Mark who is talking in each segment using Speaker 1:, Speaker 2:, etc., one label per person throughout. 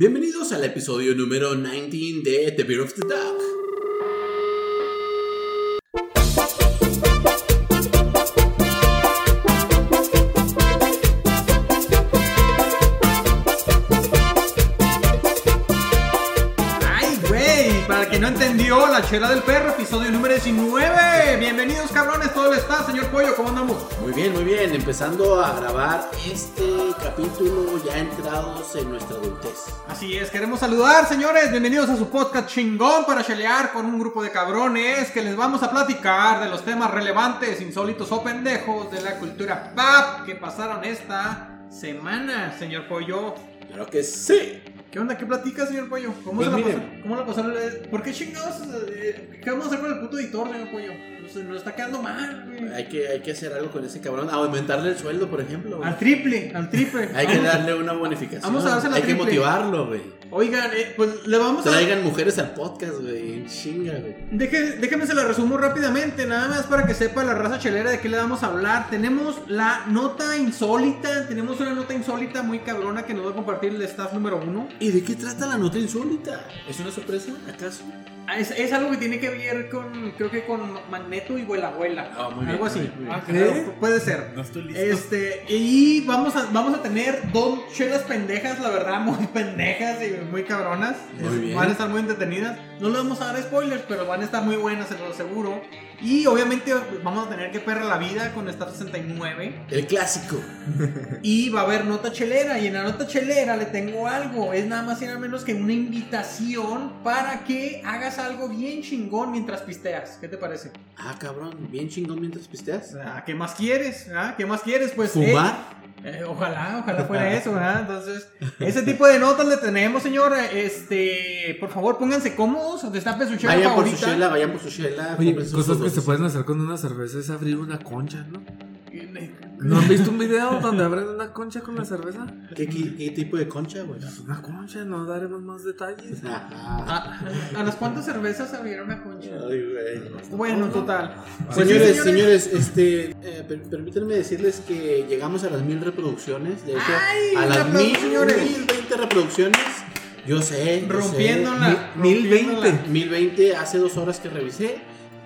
Speaker 1: Bienvenidos al episodio número 19 de The Beer of the Duck.
Speaker 2: ¡Ay, güey! Para el que no entendió, La Chela del Perro, episodio número 19. Bienvenidos, cabrones, todo el está, señor Pollo, ¿cómo andamos?
Speaker 1: Muy bien, muy bien. Empezando a grabar este capítulo ya entrados en nuestra adultez.
Speaker 2: Así es, queremos saludar, señores. Bienvenidos a su podcast chingón para chelear con un grupo de cabrones que les vamos a platicar de los temas relevantes, insólitos o pendejos de la cultura pop que pasaron esta semana, señor Pollo.
Speaker 1: Claro que sí.
Speaker 2: ¿Qué onda? ¿Qué platica, señor Pollo? ¿Cómo,
Speaker 1: Pues
Speaker 2: se la
Speaker 1: miren.
Speaker 2: pasaron? ¿Cómo la pasaron? ¿Por qué chingados? eh, ¿Qué vamos a hacer con el puto editor, señor Pollo? Nos, nos está quedando mal, güey.
Speaker 1: Hay que, hay que hacer algo con ese cabrón. Aumentarle el sueldo, por ejemplo. güey.
Speaker 2: Al triple, al triple.
Speaker 1: Hay que darle una bonificación.
Speaker 2: Vamos a dársela
Speaker 1: Hay que
Speaker 2: triple.
Speaker 1: motivarlo, güey.
Speaker 2: Oigan, eh, pues le vamos a...
Speaker 1: Traigan mujeres al podcast, güey. en Chinga, güey.
Speaker 2: Deje- déjame se la resumo rápidamente, nada más para que sepa la raza chelera de qué le vamos a hablar. Tenemos la nota insólita, tenemos una nota insólita muy cabrona que nos va a compartir el staff número uno.
Speaker 1: ¿Y de qué trata la nota insólita? ¿Es una sorpresa, acaso?
Speaker 2: Ah, Es, es algo que tiene que ver con, creo que con Magneto y Vuela Abuela.
Speaker 1: Ah, muy bien,
Speaker 2: algo
Speaker 1: muy
Speaker 2: así.
Speaker 1: bien, muy bien.
Speaker 2: Ah, claro,
Speaker 1: ¿Eh?
Speaker 2: puede ser.
Speaker 1: No estoy listo.
Speaker 2: Este, y vamos a, vamos a tener dos chelas pendejas, la verdad, muy pendejas y muy cabronas.
Speaker 1: Muy
Speaker 2: Es-
Speaker 1: bien.
Speaker 2: Van a estar muy entretenidas. No le vamos a dar spoilers, pero van a estar muy buenas, se lo aseguro. Y obviamente vamos a tener que perra la vida con esta 69.
Speaker 1: El clásico.
Speaker 2: Y va a haber nota chelera. Y en la nota chelera le tengo algo. Es nada más y nada menos que una invitación para que hagas algo bien chingón mientras pisteas. ¿Qué te parece?
Speaker 1: Ah, cabrón. Bien chingón mientras pisteas.
Speaker 2: Ah, ¿Qué más quieres? Ah, ¿Qué más quieres? Pues eh,
Speaker 1: Fumar.
Speaker 2: Eh, ojalá, ojalá fuera eso, ¿verdad? Entonces, ese tipo de notas le tenemos, señor. Este, por favor, pónganse cómodos, destapen su chela
Speaker 1: Vayan por su
Speaker 2: favorita.
Speaker 1: chela, vayan por su chela.
Speaker 3: Oye,
Speaker 1: compren sus
Speaker 3: cosas que
Speaker 1: productos.
Speaker 3: se pueden hacer con una cerveza es abrir una concha, ¿no? ¿No han visto un video donde abren una concha con la cerveza? Pues
Speaker 1: ¿Qué, qué, qué tipo de concha, güey?
Speaker 3: Una concha, no daremos más detalles.
Speaker 1: Ajá.
Speaker 3: Ah.
Speaker 2: ¿A, a las cuantas cervezas abrieron una concha?
Speaker 1: Ay, güey.
Speaker 2: Bueno, total. Pues sí,
Speaker 1: Señores, señores, este, eh, per- permítanme decirles que llegamos a las mil reproducciones. De hecho,
Speaker 2: ¡Ay!
Speaker 1: a
Speaker 2: Un
Speaker 1: las
Speaker 2: aplauso,
Speaker 1: mil,
Speaker 2: señores.
Speaker 1: mil veinte reproducciones. Yo sé, yo
Speaker 2: Rompiéndola.
Speaker 3: Mi- mil
Speaker 2: rompiéndola.
Speaker 1: sé. Mil veinte, hace dos horas que revisé.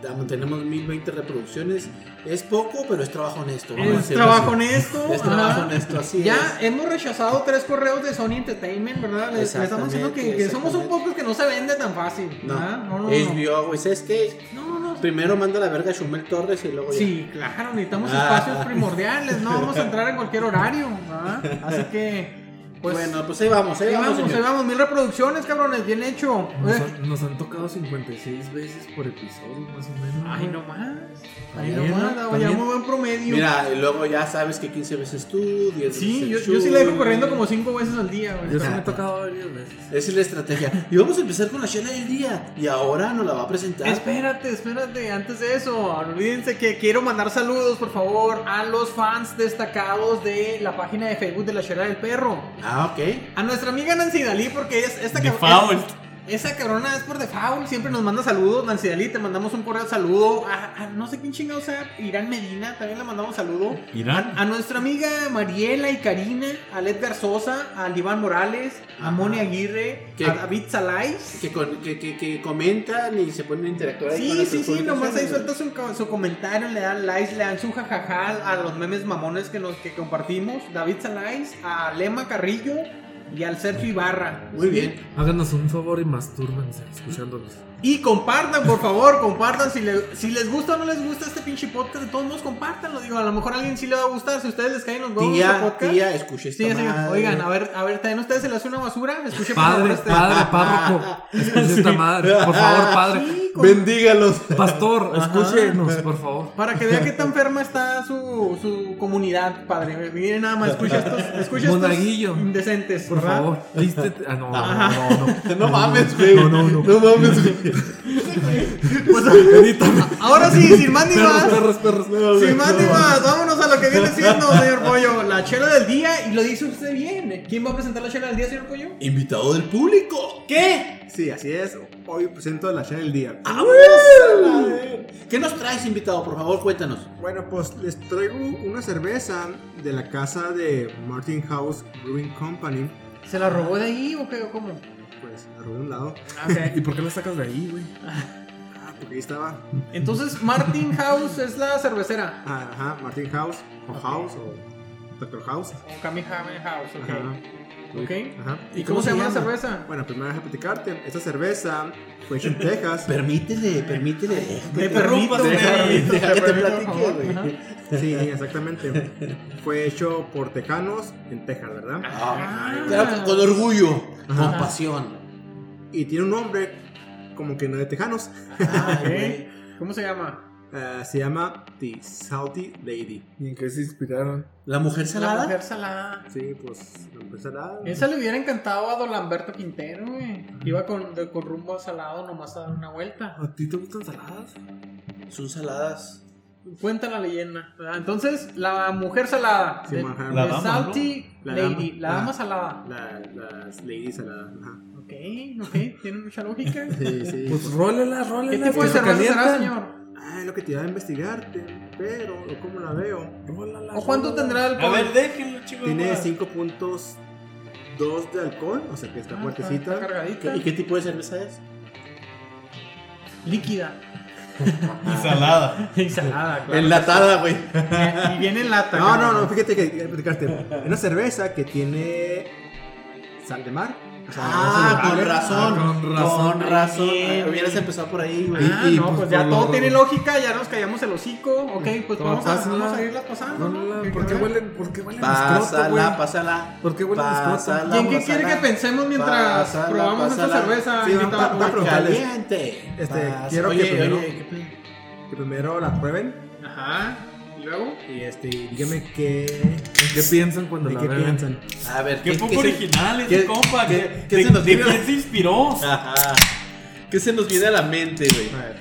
Speaker 1: tam- Tenemos mil veinte reproducciones. Es poco, pero es trabajo honesto. vamos a
Speaker 2: Es
Speaker 1: decirlo
Speaker 2: trabajo
Speaker 1: así.
Speaker 2: honesto.
Speaker 1: Es trabajo
Speaker 2: ajá.
Speaker 1: honesto, así
Speaker 2: Ya hemos rechazado tres correos de Sony Entertainment, ¿verdad? Les, les estamos diciendo que, que somos un
Speaker 1: Exactamente.
Speaker 2: poco que no se vende tan fácil.
Speaker 1: es. No,
Speaker 2: ¿verdad?
Speaker 1: no,
Speaker 2: Ah, no, no.
Speaker 1: HBO, güey, ¿sabes qué?
Speaker 2: No, no, no.
Speaker 1: Primero manda la verga a Chumel Torres y luego ya.
Speaker 2: Sí, claro, necesitamos
Speaker 1: Ah.
Speaker 2: espacios primordiales, no vamos a entrar en cualquier horario, ¿ah? Así que, pues,
Speaker 1: bueno, pues ahí vamos, ahí,
Speaker 2: ahí
Speaker 1: vamos.
Speaker 2: vamos, ahí
Speaker 1: señor.
Speaker 2: vamos, mil reproducciones, cabrones, bien hecho.
Speaker 3: Nos
Speaker 2: Eh,
Speaker 3: han, nos han tocado 56 veces por episodio, más o menos.
Speaker 2: Ay, no más, ay,
Speaker 3: También,
Speaker 2: no más,
Speaker 3: ¿no?
Speaker 2: ya
Speaker 3: También.
Speaker 2: muy buen promedio.
Speaker 1: Mira, y luego ya sabes que 15 veces tú, 10
Speaker 2: sí, yo,
Speaker 1: veces
Speaker 2: yo sí
Speaker 1: tú.
Speaker 2: la dejo corriendo como cinco veces al día, güey.
Speaker 3: Yo sí me he tocado varias veces.
Speaker 1: Esa es la estrategia. Y vamos a empezar con la chela del día. Y ahora nos la va a presentar.
Speaker 2: Espérate, espérate, antes de eso, olvídense que quiero mandar saludos, por favor, a los fans destacados de la página de Facebook de La Chera del Perro.
Speaker 1: Ah, ok.
Speaker 2: A nuestra amiga Nancy Dalí, porque es esta cab- es- esa cabrona es por default, siempre nos manda saludos. Nancy Dalí, te mandamos un correo saludo. A, a no sé quién chingado sea, Irán Medina, también le mandamos saludo.
Speaker 4: Irán.
Speaker 2: A nuestra amiga Mariela y Karina, a Led Garzosa, a Iván Morales, a
Speaker 1: Ajá.
Speaker 2: Moni Aguirre,
Speaker 1: ¿Qué?
Speaker 2: a David Salais.
Speaker 1: Que, con- que, que, que comentan y se ponen a interactuar. ahí con
Speaker 2: Sí,
Speaker 1: nuestras
Speaker 2: sí, sí, nomás ahí suelta
Speaker 1: publicaciones.
Speaker 2: su, co- su comentario, le dan likes, le dan su jajaja a los memes mamones que, nos, que compartimos. David Salais, a Lema Carrillo y al Sergio Ibarra.
Speaker 1: Muy
Speaker 2: Sí.
Speaker 1: bien.
Speaker 3: Háganos un favor y mastúrbense escuchándonos.
Speaker 2: Y compartan, por favor, compartan. Si, le- si les gusta o no les gusta este pinche podcast, de todos modos, compártanlo. Digo, a lo mejor a alguien sí le va a gustar. Si a ustedes les caen los huevos este
Speaker 1: Tía,
Speaker 2: podcast.
Speaker 1: tía, escuché
Speaker 2: Sí,
Speaker 1: esta
Speaker 2: así,
Speaker 1: madre.
Speaker 2: oigan, a ver, a ver, también a ustedes se les hace una basura. Escuchen por favor
Speaker 3: Padre,
Speaker 2: este-
Speaker 3: padre, párroco, escuche esta madre. Por favor, padre.
Speaker 2: Sí, con-
Speaker 1: Bendígalos.
Speaker 3: Pastor, escúchenos, por favor.
Speaker 2: Para que vea qué tan enferma está su, su comunidad, padre. Miren nada más, escucha estos, escucha estos
Speaker 3: Monaguillo.
Speaker 2: indecentes,
Speaker 3: Por
Speaker 2: ¿verdad?
Speaker 3: favor, viste. Ah, no, no, no, no.
Speaker 1: No mames, güey.
Speaker 3: No, no, no.
Speaker 1: No mames, güey.
Speaker 2: Pues, ahora sí, sin más ni más. Sin más ni más, vámonos a lo que viene siendo, señor Pollo. La chela del día, y lo dice usted bien. ¿Quién va a presentar la chela del día, señor Pollo?
Speaker 1: Invitado del público. ¿Qué?
Speaker 5: Sí, así es. Hoy presento la chela del día.
Speaker 1: ¿Qué nos traes, invitado? Por favor, cuéntanos.
Speaker 5: Bueno, pues les traigo una cerveza de la casa de Martin House Brewing Company
Speaker 2: ¿Se la robó de ahí o qué? o ¿Cómo?
Speaker 5: Pues la robé a un lado.
Speaker 3: ¿Y por qué la sacas de ahí, güey?
Speaker 5: Ah, porque ahí estaba.
Speaker 2: Entonces, Martin House es la cervecera.
Speaker 5: Ah, ajá, Martin House, o House, o Dr. House.
Speaker 2: O Kami House, ok.
Speaker 5: Ajá.
Speaker 2: Ok.
Speaker 5: Ajá.
Speaker 2: ¿Y cómo, se llama la cerveza?
Speaker 5: Bueno, pues, primero déjame platicarte. Esta cerveza fue hecha en Texas.
Speaker 1: Permítele, permítele.
Speaker 2: Te
Speaker 1: permito,
Speaker 2: permito,
Speaker 1: güey.
Speaker 2: permito,
Speaker 1: Deja que te
Speaker 2: permito, por
Speaker 1: platique,
Speaker 2: favor.
Speaker 1: güey.
Speaker 5: Sí, exactamente. Fue hecho por tejanos en Texas, ¿verdad?
Speaker 1: Ah, claro, con orgullo, con
Speaker 5: Ajá.
Speaker 1: pasión.
Speaker 5: Y tiene un nombre como que no de tejanos.
Speaker 1: Ay,
Speaker 2: Ah, Ok.
Speaker 1: güey.
Speaker 2: ¿Cómo se llama?
Speaker 5: Ah, se llama The Salty Lady.
Speaker 3: ¿Y en qué se inspiraron?
Speaker 1: ¿La mujer
Speaker 2: La
Speaker 1: salada?
Speaker 2: mujer salada.
Speaker 5: Sí, pues la mujer salada.
Speaker 2: Esa le hubiera encantado a Don Lamberto Quintero, güey. Iba con, de- con rumbo a Salado nomás a dar una vuelta.
Speaker 3: ¿A ti te gustan saladas?
Speaker 1: Son saladas.
Speaker 2: Cuenta la leyenda. ¿verdad? Entonces, la mujer salada.
Speaker 5: Sí,
Speaker 2: de-
Speaker 5: ajá.
Speaker 2: de
Speaker 4: La dama,
Speaker 2: Salty
Speaker 5: ¿no? La
Speaker 2: Lady.
Speaker 5: dama.
Speaker 2: La dama Ah.
Speaker 5: La-
Speaker 2: salada.
Speaker 5: La, las Lady Salada. Ajá.
Speaker 2: Ok, ok. Tiene mucha lógica.
Speaker 5: Sí, sí.
Speaker 3: Pues rólela, rólela.
Speaker 2: ¿Qué tipo de
Speaker 3: que se
Speaker 2: cerveza será,
Speaker 3: calientan.
Speaker 2: señor?
Speaker 5: Ah, es lo que te iba a investigarte, pero ¿cómo la veo?
Speaker 3: Rólala,
Speaker 2: ¿O cuánto
Speaker 3: rólala.
Speaker 2: tendrá el
Speaker 4: A ver, déjenlo, chicos.
Speaker 5: Tiene
Speaker 4: güey.
Speaker 5: 5.2 de alcohol, o sea que está fuertecita.
Speaker 2: Ah, Está cargadita.
Speaker 1: ¿Y qué tipo de cerveza es?
Speaker 2: Líquida.
Speaker 4: Y salada.
Speaker 2: Y salada, claro.
Speaker 1: Enlatada, güey.
Speaker 2: Y viene en lata.
Speaker 5: No, no,
Speaker 2: cabrón.
Speaker 5: no, fíjate que que explicarte. Es Una cerveza que tiene sal de mar. O sea,
Speaker 1: Ah,
Speaker 5: sal
Speaker 1: con
Speaker 5: de mar.
Speaker 1: razón.
Speaker 3: Ah, con razón.
Speaker 1: Con razón.
Speaker 2: Bien,
Speaker 1: Hubieras
Speaker 2: bien.
Speaker 1: empezado por ahí, güey.
Speaker 2: Ah,
Speaker 3: Y- y,
Speaker 2: no,
Speaker 3: pues,
Speaker 2: pues, ya
Speaker 3: por
Speaker 2: todo
Speaker 3: lo-
Speaker 2: tiene lógica, ya nos callamos el hocico. Ok, pues
Speaker 3: Toma,
Speaker 2: vamos a,
Speaker 3: pásala.
Speaker 2: vamos a irlas pasando. ¿no?
Speaker 3: Rólela. ¿Por qué huelen? ¿Por qué huelen escroto,
Speaker 1: Pásala,
Speaker 3: güey?
Speaker 1: pásala.
Speaker 3: ¿Por qué huelen
Speaker 1: Pásala.
Speaker 3: escroto?
Speaker 2: ¿Y en qué
Speaker 1: Pásala.
Speaker 2: quiere que pensemos mientras
Speaker 1: Pásala,
Speaker 2: probamos
Speaker 1: pásala.
Speaker 2: esta cerveza?
Speaker 5: Sí,
Speaker 2: invitado?
Speaker 5: va- va- va- preguntarles.
Speaker 1: Caliente.
Speaker 5: Este,
Speaker 1: Pásala.
Speaker 5: quiero
Speaker 1: Ah, Oye,
Speaker 5: que primero-
Speaker 1: oye, ¿qué pe-
Speaker 5: Que primero la prueben
Speaker 2: Ajá. ¿Y luego?
Speaker 5: y este, y dígame qué,
Speaker 3: ¿Qué piensan cuando
Speaker 5: de
Speaker 3: la
Speaker 5: qué
Speaker 3: beben?
Speaker 5: piensan.
Speaker 1: A ver,
Speaker 4: Qué poco
Speaker 1: se-
Speaker 4: original
Speaker 1: qué-
Speaker 4: ese compa.
Speaker 1: qué-
Speaker 4: ¿Qué,
Speaker 1: qué
Speaker 4: de,
Speaker 1: se nos
Speaker 4: de
Speaker 1: vino?
Speaker 4: quién se inspiró?
Speaker 1: Ajá. ¿Qué se nos viene a la mente, güey?
Speaker 5: A ver,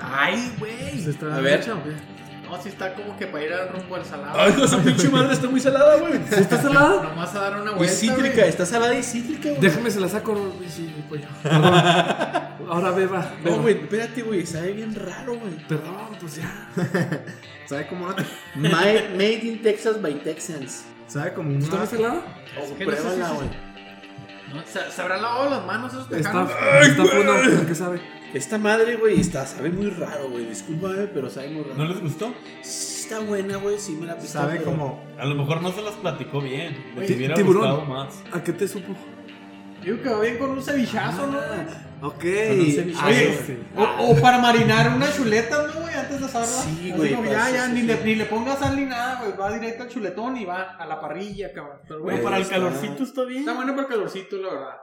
Speaker 2: Ay, güey.
Speaker 3: ¿Se Pues está
Speaker 1: A ver.
Speaker 3: hecha o qué?
Speaker 2: No, si está como que para ir al rumbo al salado.
Speaker 1: Ay, no, esa pinche madre está muy salada, güey.
Speaker 3: ¿Sí ¿Está salada?
Speaker 2: Nomás a dar una
Speaker 1: Y
Speaker 2: vuelta.
Speaker 1: cítrica,
Speaker 2: güey.
Speaker 1: está salada y cítrica, güey.
Speaker 3: Déjame se la saco, sí, pollo. Perdón. Ahora beba. beba.
Speaker 1: No, güey, espérate, güey, sabe bien raro, güey.
Speaker 3: Perdón, pues ya.
Speaker 5: ¿Sabe como una,
Speaker 1: My- Made in Texas by Texans.
Speaker 5: sabe como una,
Speaker 3: ¿Está salada?
Speaker 2: Es
Speaker 1: Oh,
Speaker 2: que no sé
Speaker 1: Pruébala,
Speaker 2: si-
Speaker 1: güey.
Speaker 2: No, se, se habrán lavado las manos esos
Speaker 3: Está,
Speaker 2: tejanos.
Speaker 3: está buena, ¿por qué sabe?
Speaker 1: Esta madre, güey, está, sabe muy raro, güey. Discúlpame, pero sabe muy raro.
Speaker 4: ¿No les gustó?
Speaker 1: Sí, Está buena, güey, sí me la pistó,
Speaker 5: sabe
Speaker 1: pero-
Speaker 5: como
Speaker 4: A lo mejor no se las platicó bien. Les
Speaker 3: Ti-
Speaker 4: hubiera
Speaker 3: tiburón.
Speaker 4: gustado más.
Speaker 3: ¿A qué te supo?
Speaker 2: Yo quedó bien con un cevichazo, ¿no?
Speaker 3: Ok.
Speaker 1: un cevichazo.
Speaker 3: Oye,
Speaker 1: Sí.
Speaker 2: O, o para marinar unas chuletas, ¿no, güey? Antes de asarla.
Speaker 1: Sí,
Speaker 2: Así
Speaker 1: güey,
Speaker 2: como,
Speaker 1: pues,
Speaker 2: Ya,
Speaker 1: sí,
Speaker 2: ya,
Speaker 1: sí,
Speaker 2: ni,
Speaker 1: sí.
Speaker 2: Le, ni le pongas sal ni nada, güey. Va directo al chuletón y va a la parrilla, cabrón. Pero,
Speaker 4: Güey,
Speaker 2: güey,
Speaker 1: Bueno,
Speaker 4: para el
Speaker 1: está-
Speaker 4: calorcito está bien.
Speaker 2: Eh, está bueno para el calorcito, la verdad.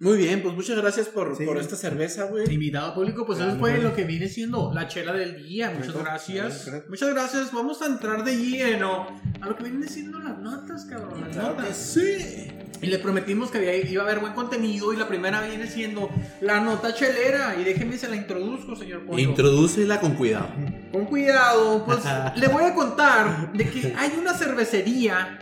Speaker 1: Muy bien, pues muchas gracias por,
Speaker 5: Sí.
Speaker 1: por esta cerveza, güey.
Speaker 2: Invitado público, pues eso fue lo que viene siendo la chela del día. Muchas
Speaker 5: Correcto.
Speaker 2: gracias.
Speaker 5: Correcto.
Speaker 2: Muchas gracias. Vamos a entrar de lleno a lo que vienen siendo las notas, cabrón. Las
Speaker 1: Claro que
Speaker 2: notas.
Speaker 1: sí.
Speaker 2: Y le prometimos que había- iba a haber buen contenido y la primera viene siendo la nota chelera. Y déjeme se la introduzco, señor Pollo.
Speaker 1: Introdúcela con cuidado.
Speaker 2: Con cuidado, pues le voy a contar de que hay una cervecería.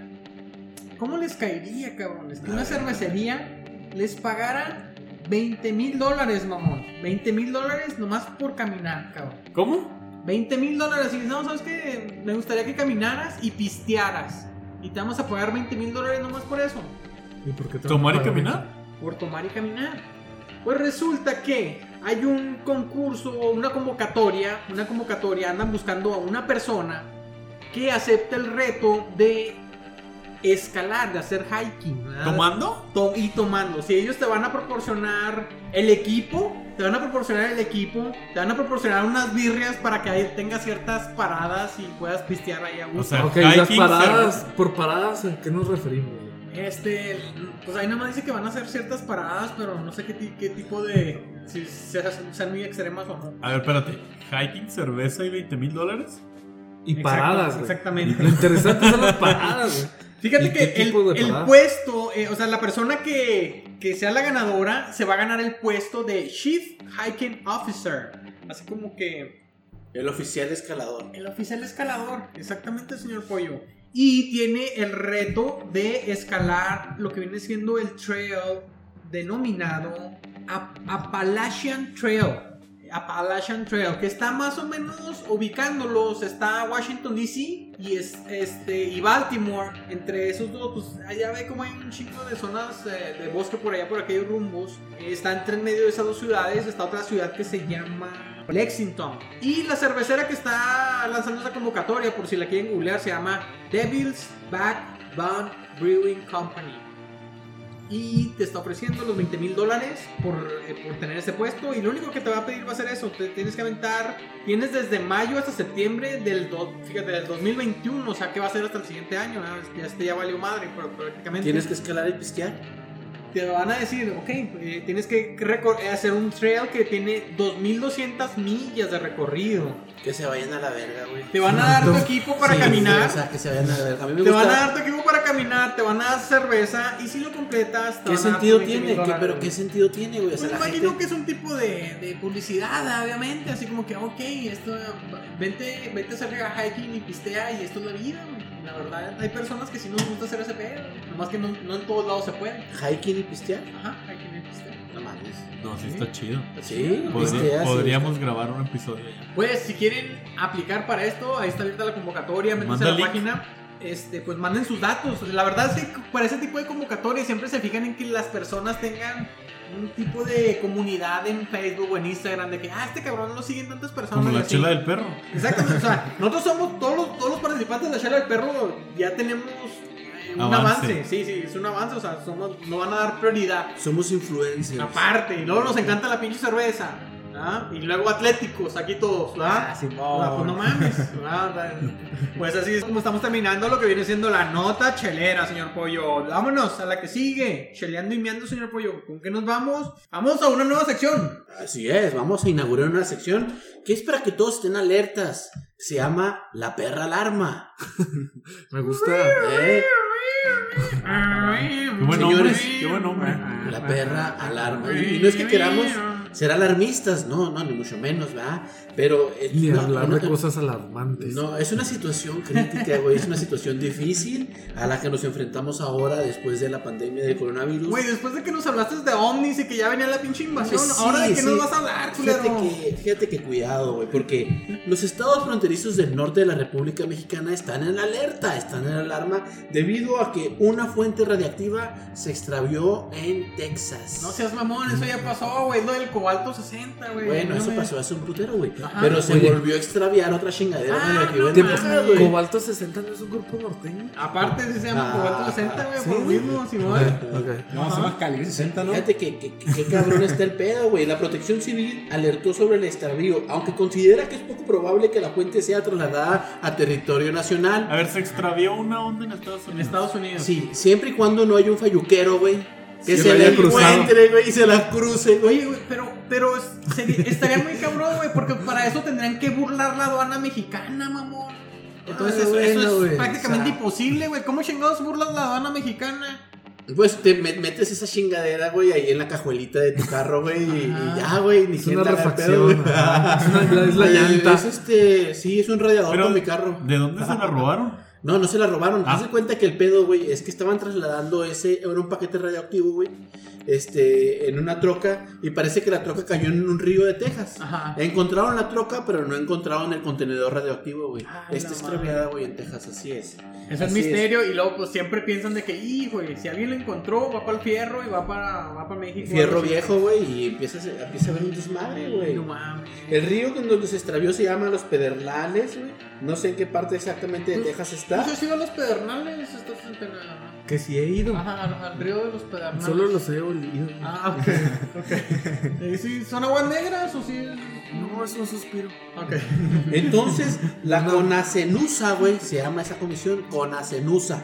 Speaker 2: ¿Cómo les caería, cabrones? Que una cervecería les pagara 20 mil dólares, mamón. 20 mil dólares nomás por caminar, cabrón.
Speaker 3: ¿Cómo?
Speaker 2: 20 mil dólares. Y no, ¿sabes qué? Me gustaría que caminaras y pistearas. Y te vamos a pagar 20 mil dólares nomás por eso.
Speaker 3: ¿Y por qué te
Speaker 4: ¿Tomar y
Speaker 3: van a pagar?
Speaker 4: caminar?
Speaker 2: por tomar y caminar. Pues resulta que hay un concurso o una convocatoria, una convocatoria, andan buscando a una persona que acepte el reto de escalar, de hacer hiking. ¿verdad?
Speaker 4: ¿Tomando?
Speaker 2: To- y tomando. Si ellos te van a proporcionar el equipo, te van a proporcionar el equipo, te van a proporcionar unas birrias para que ahí tengas ciertas paradas y puedas pistear ahí a gusto.
Speaker 4: O sea,
Speaker 3: Ok, las
Speaker 4: hiking,
Speaker 3: paradas, por paradas, ¿a qué nos referimos? güey?
Speaker 2: Este, pues ahí nada más dice que van a hacer ciertas paradas, pero no sé qué, ti- qué tipo de. Si se- sean muy extremas o no.
Speaker 4: A ver, espérate. ¿Hiking, cerveza y 20 mil dólares?
Speaker 3: Y
Speaker 2: Exacto,
Speaker 3: paradas, güey. Lo
Speaker 2: Exactamente.
Speaker 3: interesante son las paradas, güey.
Speaker 2: Fíjate
Speaker 3: ¿Y
Speaker 2: que
Speaker 3: qué
Speaker 2: el,
Speaker 3: tipo de
Speaker 2: el
Speaker 3: paradas?
Speaker 2: puesto, eh, o sea, la persona que, que sea la ganadora se va a ganar el puesto de Chief Hiking Officer. Así como que.
Speaker 1: El oficial escalador.
Speaker 2: El oficial escalador, exactamente, señor Pollo. Y tiene el reto de escalar lo que viene siendo el trail denominado Ap- Appalachian Trail. Appalachian Trail, que está más o menos ubicándolos, está Washington DC y es, este y Baltimore, entre esos dos, pues allá ve como hay un chingo de zonas eh, de bosque por allá, por aquellos rumbos, Eh, está entre en medio de esas dos ciudades, está otra ciudad que se llama Lexington, y la cervecera que está lanzando esa convocatoria, por si la quieren googlear, se llama Devil's Back Bun Brewing Company y te está ofreciendo los 20 mil dólares por, eh, por tener ese puesto y lo único que te va a pedir va a ser eso, te tienes que aventar, tienes desde mayo hasta septiembre del, do- fíjate, del 2021, o sea que va a ser hasta el siguiente año, ¿no? Es que este ya valió madre pero prácticamente.
Speaker 1: Tienes que escalar y pisquear.
Speaker 2: Te van a decir, ok, eh, tienes que recor- eh, hacer un trail que tiene 2.200 millas de recorrido,
Speaker 1: Que se vayan a la verga, güey.
Speaker 2: te van a dar tu
Speaker 3: Santo.
Speaker 2: equipo para
Speaker 1: Sí,
Speaker 2: caminar.
Speaker 1: sí, o sea, que se vayan a la verga. A mí me
Speaker 2: Te
Speaker 1: gusta.
Speaker 2: van a dar tu equipo para caminar, te van a dar cerveza y si lo completas... te
Speaker 1: ¿Qué
Speaker 2: van a dar
Speaker 1: sentido
Speaker 2: 20,000
Speaker 1: tiene? ¿Qué-
Speaker 2: dólares,
Speaker 1: pero
Speaker 2: güey.
Speaker 1: ¿qué sentido tiene, güey? O sea,
Speaker 2: Pues
Speaker 1: la
Speaker 2: imagino
Speaker 1: gente-
Speaker 2: que es un tipo de, de publicidad, obviamente, así como que, ok, esto, vente, vente a hacer a hiking y pistea y esto es la vida, güey. la verdad. Hay personas que sí nos gusta hacer ese pedo, nomás que no, no en todos lados se puede.
Speaker 1: hiking y pistear.
Speaker 2: Ajá, hiking y pistea.
Speaker 1: No mames.
Speaker 4: No, sí está chido.
Speaker 1: Ah, Sí,
Speaker 4: Podría-
Speaker 1: pisteas, sí.
Speaker 4: podríamos grabar un episodio ya.
Speaker 2: Pues si quieren aplicar para esto, ahí está abierta la convocatoria, métanse
Speaker 4: Manda
Speaker 2: a la
Speaker 4: link.
Speaker 2: página. Este, pues manden sus datos. La verdad es que para ese tipo de convocatorias siempre se fijan en que las personas tengan un tipo de comunidad en Facebook o en Instagram de que, ah, este cabrón lo siguen tantas personas.
Speaker 4: Como
Speaker 2: y
Speaker 4: la
Speaker 2: así.
Speaker 4: chela del perro.
Speaker 2: Exactamente, o sea, nosotros somos todos los, todos los participantes de la Chela del Perro, ya tenemos eh, un avance.
Speaker 4: Avance.
Speaker 2: sí, sí, es un avance, o sea, somos, no van a dar prioridad.
Speaker 1: Somos influencers.
Speaker 2: Aparte, y luego nos encanta la pinche cerveza, ¿ah? Y luego atléticos, aquí todos, ¿verdad? O sea, pues no mames, ¿verdad? Pues así es como estamos terminando lo que viene siendo la nota chelera, señor Pollo. Vámonos a la que sigue, cheleando y meando, señor Pollo. ¿Con qué nos vamos? Vamos a una nueva sección.
Speaker 1: Así es, vamos a inaugurar una sección que es para que todos estén alertas. Se llama La Perra Alarma.
Speaker 3: Me gusta.
Speaker 1: ¿eh?
Speaker 4: Qué buen hombre.
Speaker 1: Señores.
Speaker 4: Qué buen hombre.
Speaker 1: La Perra Alarma. Y, y no es que queramos ser alarmistas, no, no, ni mucho menos, ¿va? Pero... eh,
Speaker 3: Ni
Speaker 1: no,
Speaker 3: hablar de
Speaker 1: no-
Speaker 3: cosas
Speaker 2: Pues,
Speaker 3: alarmantes.
Speaker 1: No, es una situación crítica, güey. Es una situación difícil a la que nos enfrentamos ahora después de la pandemia del coronavirus.
Speaker 2: Güey, después de que nos hablaste de ovnis y que ya venía la pinche invasión,
Speaker 1: Pues sí,
Speaker 2: ahora de qué
Speaker 1: sí.
Speaker 2: nos vas a hablar, culero.
Speaker 1: Fíjate que, fíjate que cuidado, güey, porque los estados fronterizos del norte de la República Mexicana están en alerta, están en alarma, debido a que una fuente radiactiva se extravió en Texas.
Speaker 2: No seas mamón, eso ya pasó, güey. Lo del cobalto 60, güey.
Speaker 1: bueno,
Speaker 2: No
Speaker 1: eso
Speaker 2: me-
Speaker 1: pasó hace un putero, güey.
Speaker 2: Ajá.
Speaker 1: Pero se
Speaker 3: Oye.
Speaker 1: volvió a extraviar otra chingadera
Speaker 2: Ah,
Speaker 1: radiactiva
Speaker 2: no
Speaker 1: en
Speaker 2: mames.
Speaker 1: Texas, güey.
Speaker 3: Cobalto 60 no es un grupo norteño.
Speaker 2: Aparte, sí se llama
Speaker 1: Ah,
Speaker 2: cobalto 60, güey,
Speaker 3: sí.
Speaker 2: por lo mismo, si no.
Speaker 3: Ok.
Speaker 5: No, se llama Calibre 60, ¿no?
Speaker 1: Fíjate que, que- que- qué cabrón está el pedo, güey. La protección civil alertó sobre el extravío, aunque considera que es poco probable que la fuente sea trasladada a territorio nacional.
Speaker 4: A ver, se extravió una onda en Estados
Speaker 2: En
Speaker 4: Unidos.
Speaker 2: Estados Unidos.
Speaker 1: Sí, siempre y cuando no haya un falluquero, güey. Que
Speaker 3: Sí,
Speaker 1: se
Speaker 3: lo
Speaker 1: la
Speaker 3: haya cruzado.
Speaker 1: encuentre, güey, y se la cruce, güey.
Speaker 2: Oye, güey, pero, pero es- sería- estaría muy cabrón, güey, porque para eso tendrían que burlar la aduana mexicana, mamón. Entonces,
Speaker 1: Ah,
Speaker 2: eso,
Speaker 1: bueno,
Speaker 2: eso es
Speaker 1: güey,
Speaker 2: prácticamente
Speaker 1: o sea.
Speaker 2: imposible, güey. ¿Cómo chingados burlas la aduana mexicana?
Speaker 1: Pues te me- metes esa chingadera, güey, ahí en la cajuelita de tu carro, güey. Y, y ya, güey, ni
Speaker 3: Es
Speaker 1: quién
Speaker 3: una
Speaker 1: la agarra el pedo,
Speaker 3: refacción.
Speaker 1: güey.
Speaker 3: ajá. Es una- Es la
Speaker 1: Eh,
Speaker 3: llanta.
Speaker 1: Es este, sí, es un radiador
Speaker 4: Pero,
Speaker 1: con mi carro.
Speaker 4: ¿De dónde se la robaron?
Speaker 1: No, no se la robaron.
Speaker 4: Ah.
Speaker 1: Haz de cuenta que el pedo, güey, es que estaban trasladando ese. Era un paquete radioactivo, güey. Este, en una troca. Y parece que la troca cayó en un río de Texas.
Speaker 2: Ajá.
Speaker 1: Encontraron la troca, pero no encontraron el contenedor radioactivo, güey.
Speaker 2: Ah,
Speaker 1: Está
Speaker 2: la
Speaker 1: extraviada, güey, en Texas, así es.
Speaker 2: Es el
Speaker 1: Así
Speaker 2: misterio y luego pues siempre piensan de que, hijo, güey, si alguien lo encontró, va para el fierro y va para, va para México.
Speaker 1: Fierro
Speaker 2: Sí.
Speaker 1: viejo, güey, y empieza a, se- empieza a ver un desmadre, güey.
Speaker 2: No mames.
Speaker 1: El río en donde se extravió se llama Los Pedernales, güey. No sé en qué parte exactamente de
Speaker 2: Pues,
Speaker 1: Texas está.
Speaker 2: ¿No has ido a los pedernales? Estás en Tena-
Speaker 3: Que sí he ido.
Speaker 2: Ajá, al- al río de los pedernales.
Speaker 3: Solo los he olido.
Speaker 2: Ah, ok, ok. Eh, ¿Sí son aguas negras o sí?
Speaker 3: No, es un suspiro.
Speaker 2: Ok.
Speaker 1: Entonces, la
Speaker 3: No.
Speaker 1: Conacenusa, güey, se llama esa comisión Conacenusa.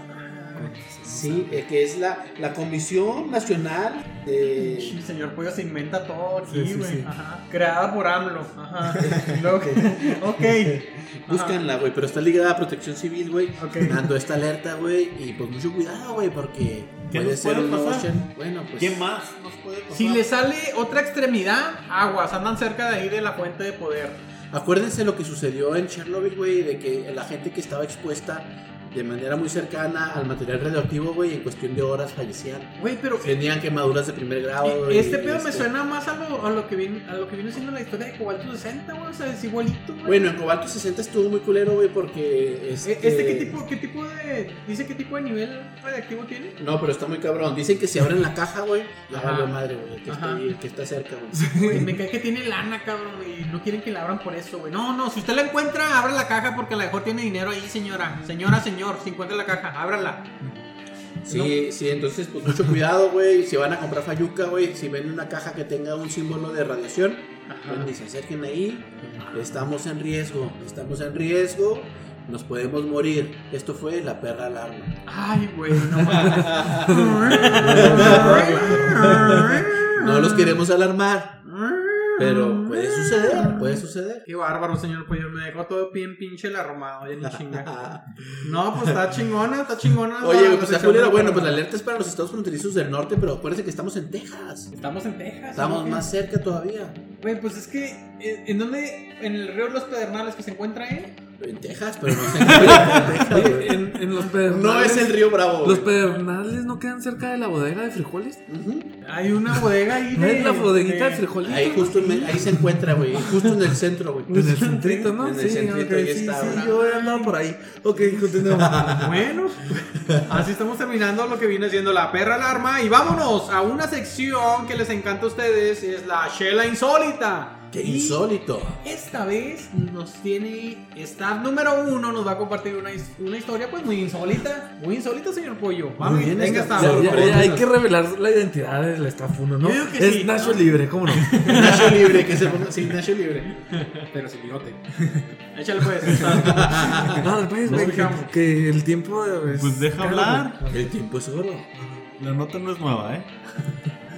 Speaker 1: Sí, eh, que es la, la Comisión Nacional de...
Speaker 2: El señor Pollo se inventa todo aquí,
Speaker 3: Eh, Sí,
Speaker 2: güey.
Speaker 3: sí, sí.
Speaker 2: Ajá. Creada por AMLO. Ajá. Luego- ok. Ajá.
Speaker 1: Búscanla, güey, pero está ligada a Protección Civil, güey.
Speaker 2: Ok.
Speaker 1: Dando esta alerta, güey, y pues mucho cuidado, güey, porque
Speaker 4: ¿Qué
Speaker 1: puede
Speaker 4: nos
Speaker 1: ser
Speaker 4: puede
Speaker 1: un
Speaker 4: pasar?
Speaker 1: ocean. Bueno, pues...
Speaker 4: ¿Qué más nos puede pasar?
Speaker 2: Si le sale otra extremidad, aguas, andan cerca de ahí de la fuente de poder.
Speaker 1: Acuérdense lo que sucedió en Chernobyl, güey, de que la gente que estaba expuesta de manera muy cercana al material radioactivo, güey, en cuestión de horas fallecían.
Speaker 2: Güey, pero eh,
Speaker 1: Tenían quemaduras de primer grado, güey,
Speaker 2: este pedo me
Speaker 1: este-
Speaker 2: suena más a lo, a lo que viene, a lo que viene siendo la historia de Cobalto 60, güey. O sea, es igualito, güey.
Speaker 1: Bueno, en Cobalto 60 estuvo muy culero, güey, porque... Este...
Speaker 2: E- ¿Este qué tipo, qué tipo de. Dice qué tipo de nivel radiactivo tiene?
Speaker 1: No, pero está muy cabrón. Dicen que si abren la caja, güey, la
Speaker 2: Ajá.
Speaker 1: valió madre, güey, el que, está
Speaker 2: Ajá.
Speaker 1: ahí, el que está cerca, güey.
Speaker 2: Güey, me cae que tiene lana, cabrón, güey. No quieren que la abran por eso, güey. No, no, si usted la encuentra, abra la caja porque a lo mejor tiene dinero ahí, señora. Señora, señor, si encuentra la caja, ábrala.
Speaker 1: Sí, sí, entonces pues mucho cuidado, güey. Si van a comprar fayuca, güey, si ven una caja que tenga un símbolo de radiación, pues, ni se acerquen ahí. Estamos en riesgo, estamos en riesgo, nos podemos morir. Esto fue la perra alarma.
Speaker 2: Ay, güey, no mames.
Speaker 1: No los queremos alarmar, pero puede suceder, puede suceder.
Speaker 2: Qué bárbaro, señor, pues yo me dejó todo bien pinche el arrumado, ya ni chinga. No, pues está chingona, está chingona. la-
Speaker 1: Oye, güey,
Speaker 2: la
Speaker 1: pues la
Speaker 2: sección
Speaker 1: culera,
Speaker 2: de-
Speaker 1: bueno, pues la alerta es para los estados fronterizos del norte, pero acuérdense que estamos en Texas.
Speaker 2: Estamos en Texas.
Speaker 1: Estamos
Speaker 2: ¿no?
Speaker 1: más cerca todavía.
Speaker 2: Güey, pues es que, eh, ¿en dónde? En el río Los Pedernales que se encuentra él.
Speaker 1: En Texas, pero no sé. en Texas,
Speaker 3: Oye,
Speaker 1: güey.
Speaker 3: en, en los pedernales.
Speaker 1: No es el río Bravo. güey.
Speaker 3: ¿Los pedernales no quedan cerca de la bodega de frijoles?
Speaker 1: Ujú.
Speaker 2: Hay una bodega ahí.
Speaker 3: ¿No
Speaker 2: de-
Speaker 3: es la bodeguita de
Speaker 2: de-
Speaker 3: frijoles?
Speaker 1: Ahí justo en me- ahí se encuentra, güey. Justo en el centro, güey.
Speaker 3: En el centrito, ¿no?
Speaker 1: En el centrito,
Speaker 3: ok,
Speaker 1: ahí está,
Speaker 3: sí,
Speaker 1: ¿verdad?
Speaker 3: yo he andado por ahí. Ok, continuamos.
Speaker 2: Bueno, así estamos terminando lo que viene siendo la perra alarma. Y vámonos a una sección que les encanta a ustedes: es la Shela Insólita.
Speaker 1: Qué
Speaker 2: Y
Speaker 1: insólito.
Speaker 2: Esta vez nos tiene staff número uno, nos va a compartir una, his- una historia pues muy insólita. Muy insólita, señor Pollo. Vamos,
Speaker 1: bien,
Speaker 2: venga,
Speaker 1: staff.
Speaker 2: staff.
Speaker 3: Ya- ya-
Speaker 1: Sorprendidos.
Speaker 3: ya hay que revelar la identidad del staff uno, ¿no?
Speaker 2: Yo digo que
Speaker 3: Es
Speaker 2: sí,
Speaker 3: Nacho
Speaker 2: ¿no?
Speaker 3: Libre, ¿cómo no?
Speaker 1: Ignacio Libre, que se ponga. Sí, Ignacio Libre.
Speaker 5: Pero sin bigote.
Speaker 2: Échale pues. staff.
Speaker 3: No, pues,
Speaker 2: Nos
Speaker 3: güey, que,
Speaker 2: fijamos.
Speaker 3: que el tiempo es-
Speaker 4: Pues deja
Speaker 3: Claro,
Speaker 4: hablar.
Speaker 1: El tiempo es oro.
Speaker 4: La nota no es nueva, ¿eh?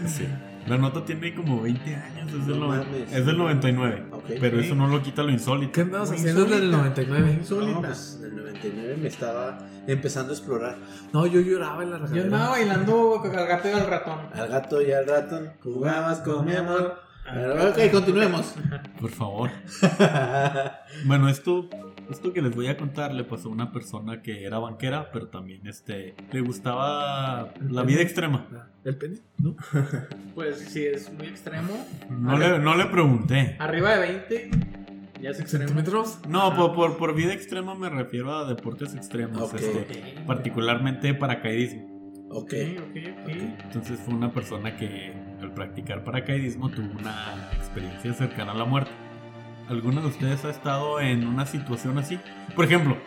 Speaker 4: Sí. La nota tiene como 20 años, es del,
Speaker 1: No
Speaker 4: no-
Speaker 1: mames.
Speaker 4: es del 99.
Speaker 1: Ok.
Speaker 4: Pero eso no lo quita lo
Speaker 3: güey. ¿Qué
Speaker 4: insólito.
Speaker 3: andabas
Speaker 2: Muy
Speaker 3: haciendo desde el
Speaker 2: solita.
Speaker 3: 99?
Speaker 1: No,
Speaker 2: Solita.
Speaker 1: pues en el 99 me estaba empezando a explorar
Speaker 3: No, yo lloraba en la
Speaker 2: Yo
Speaker 3: regadera.
Speaker 2: andaba bailando al gato y al ratón.
Speaker 1: al gato y al ratón. Jugabas con mi amor. Ah, Pero, ok, continuemos.
Speaker 4: Por favor. Bueno, esto, esto que les voy a contar le pasó a una persona que era banquera, pero también este, le gustaba la vida extrema.
Speaker 3: ¿El pene? ¿No?
Speaker 2: Pues sí, es muy extremo.
Speaker 4: No le, no le pregunté.
Speaker 2: Arriba de 20, ya es extremo.
Speaker 3: ¿Centímetros?
Speaker 4: No, por, por, por vida extrema me refiero a deportes extremos,
Speaker 1: Ok.
Speaker 4: este, particularmente paracaidismo.
Speaker 1: Ok.
Speaker 2: ok,
Speaker 4: Entonces fue una persona que al practicar paracaidismo tuvo una experiencia cercana a la muerte. ¿Alguno de ustedes ha estado en una situación así? Por ejemplo,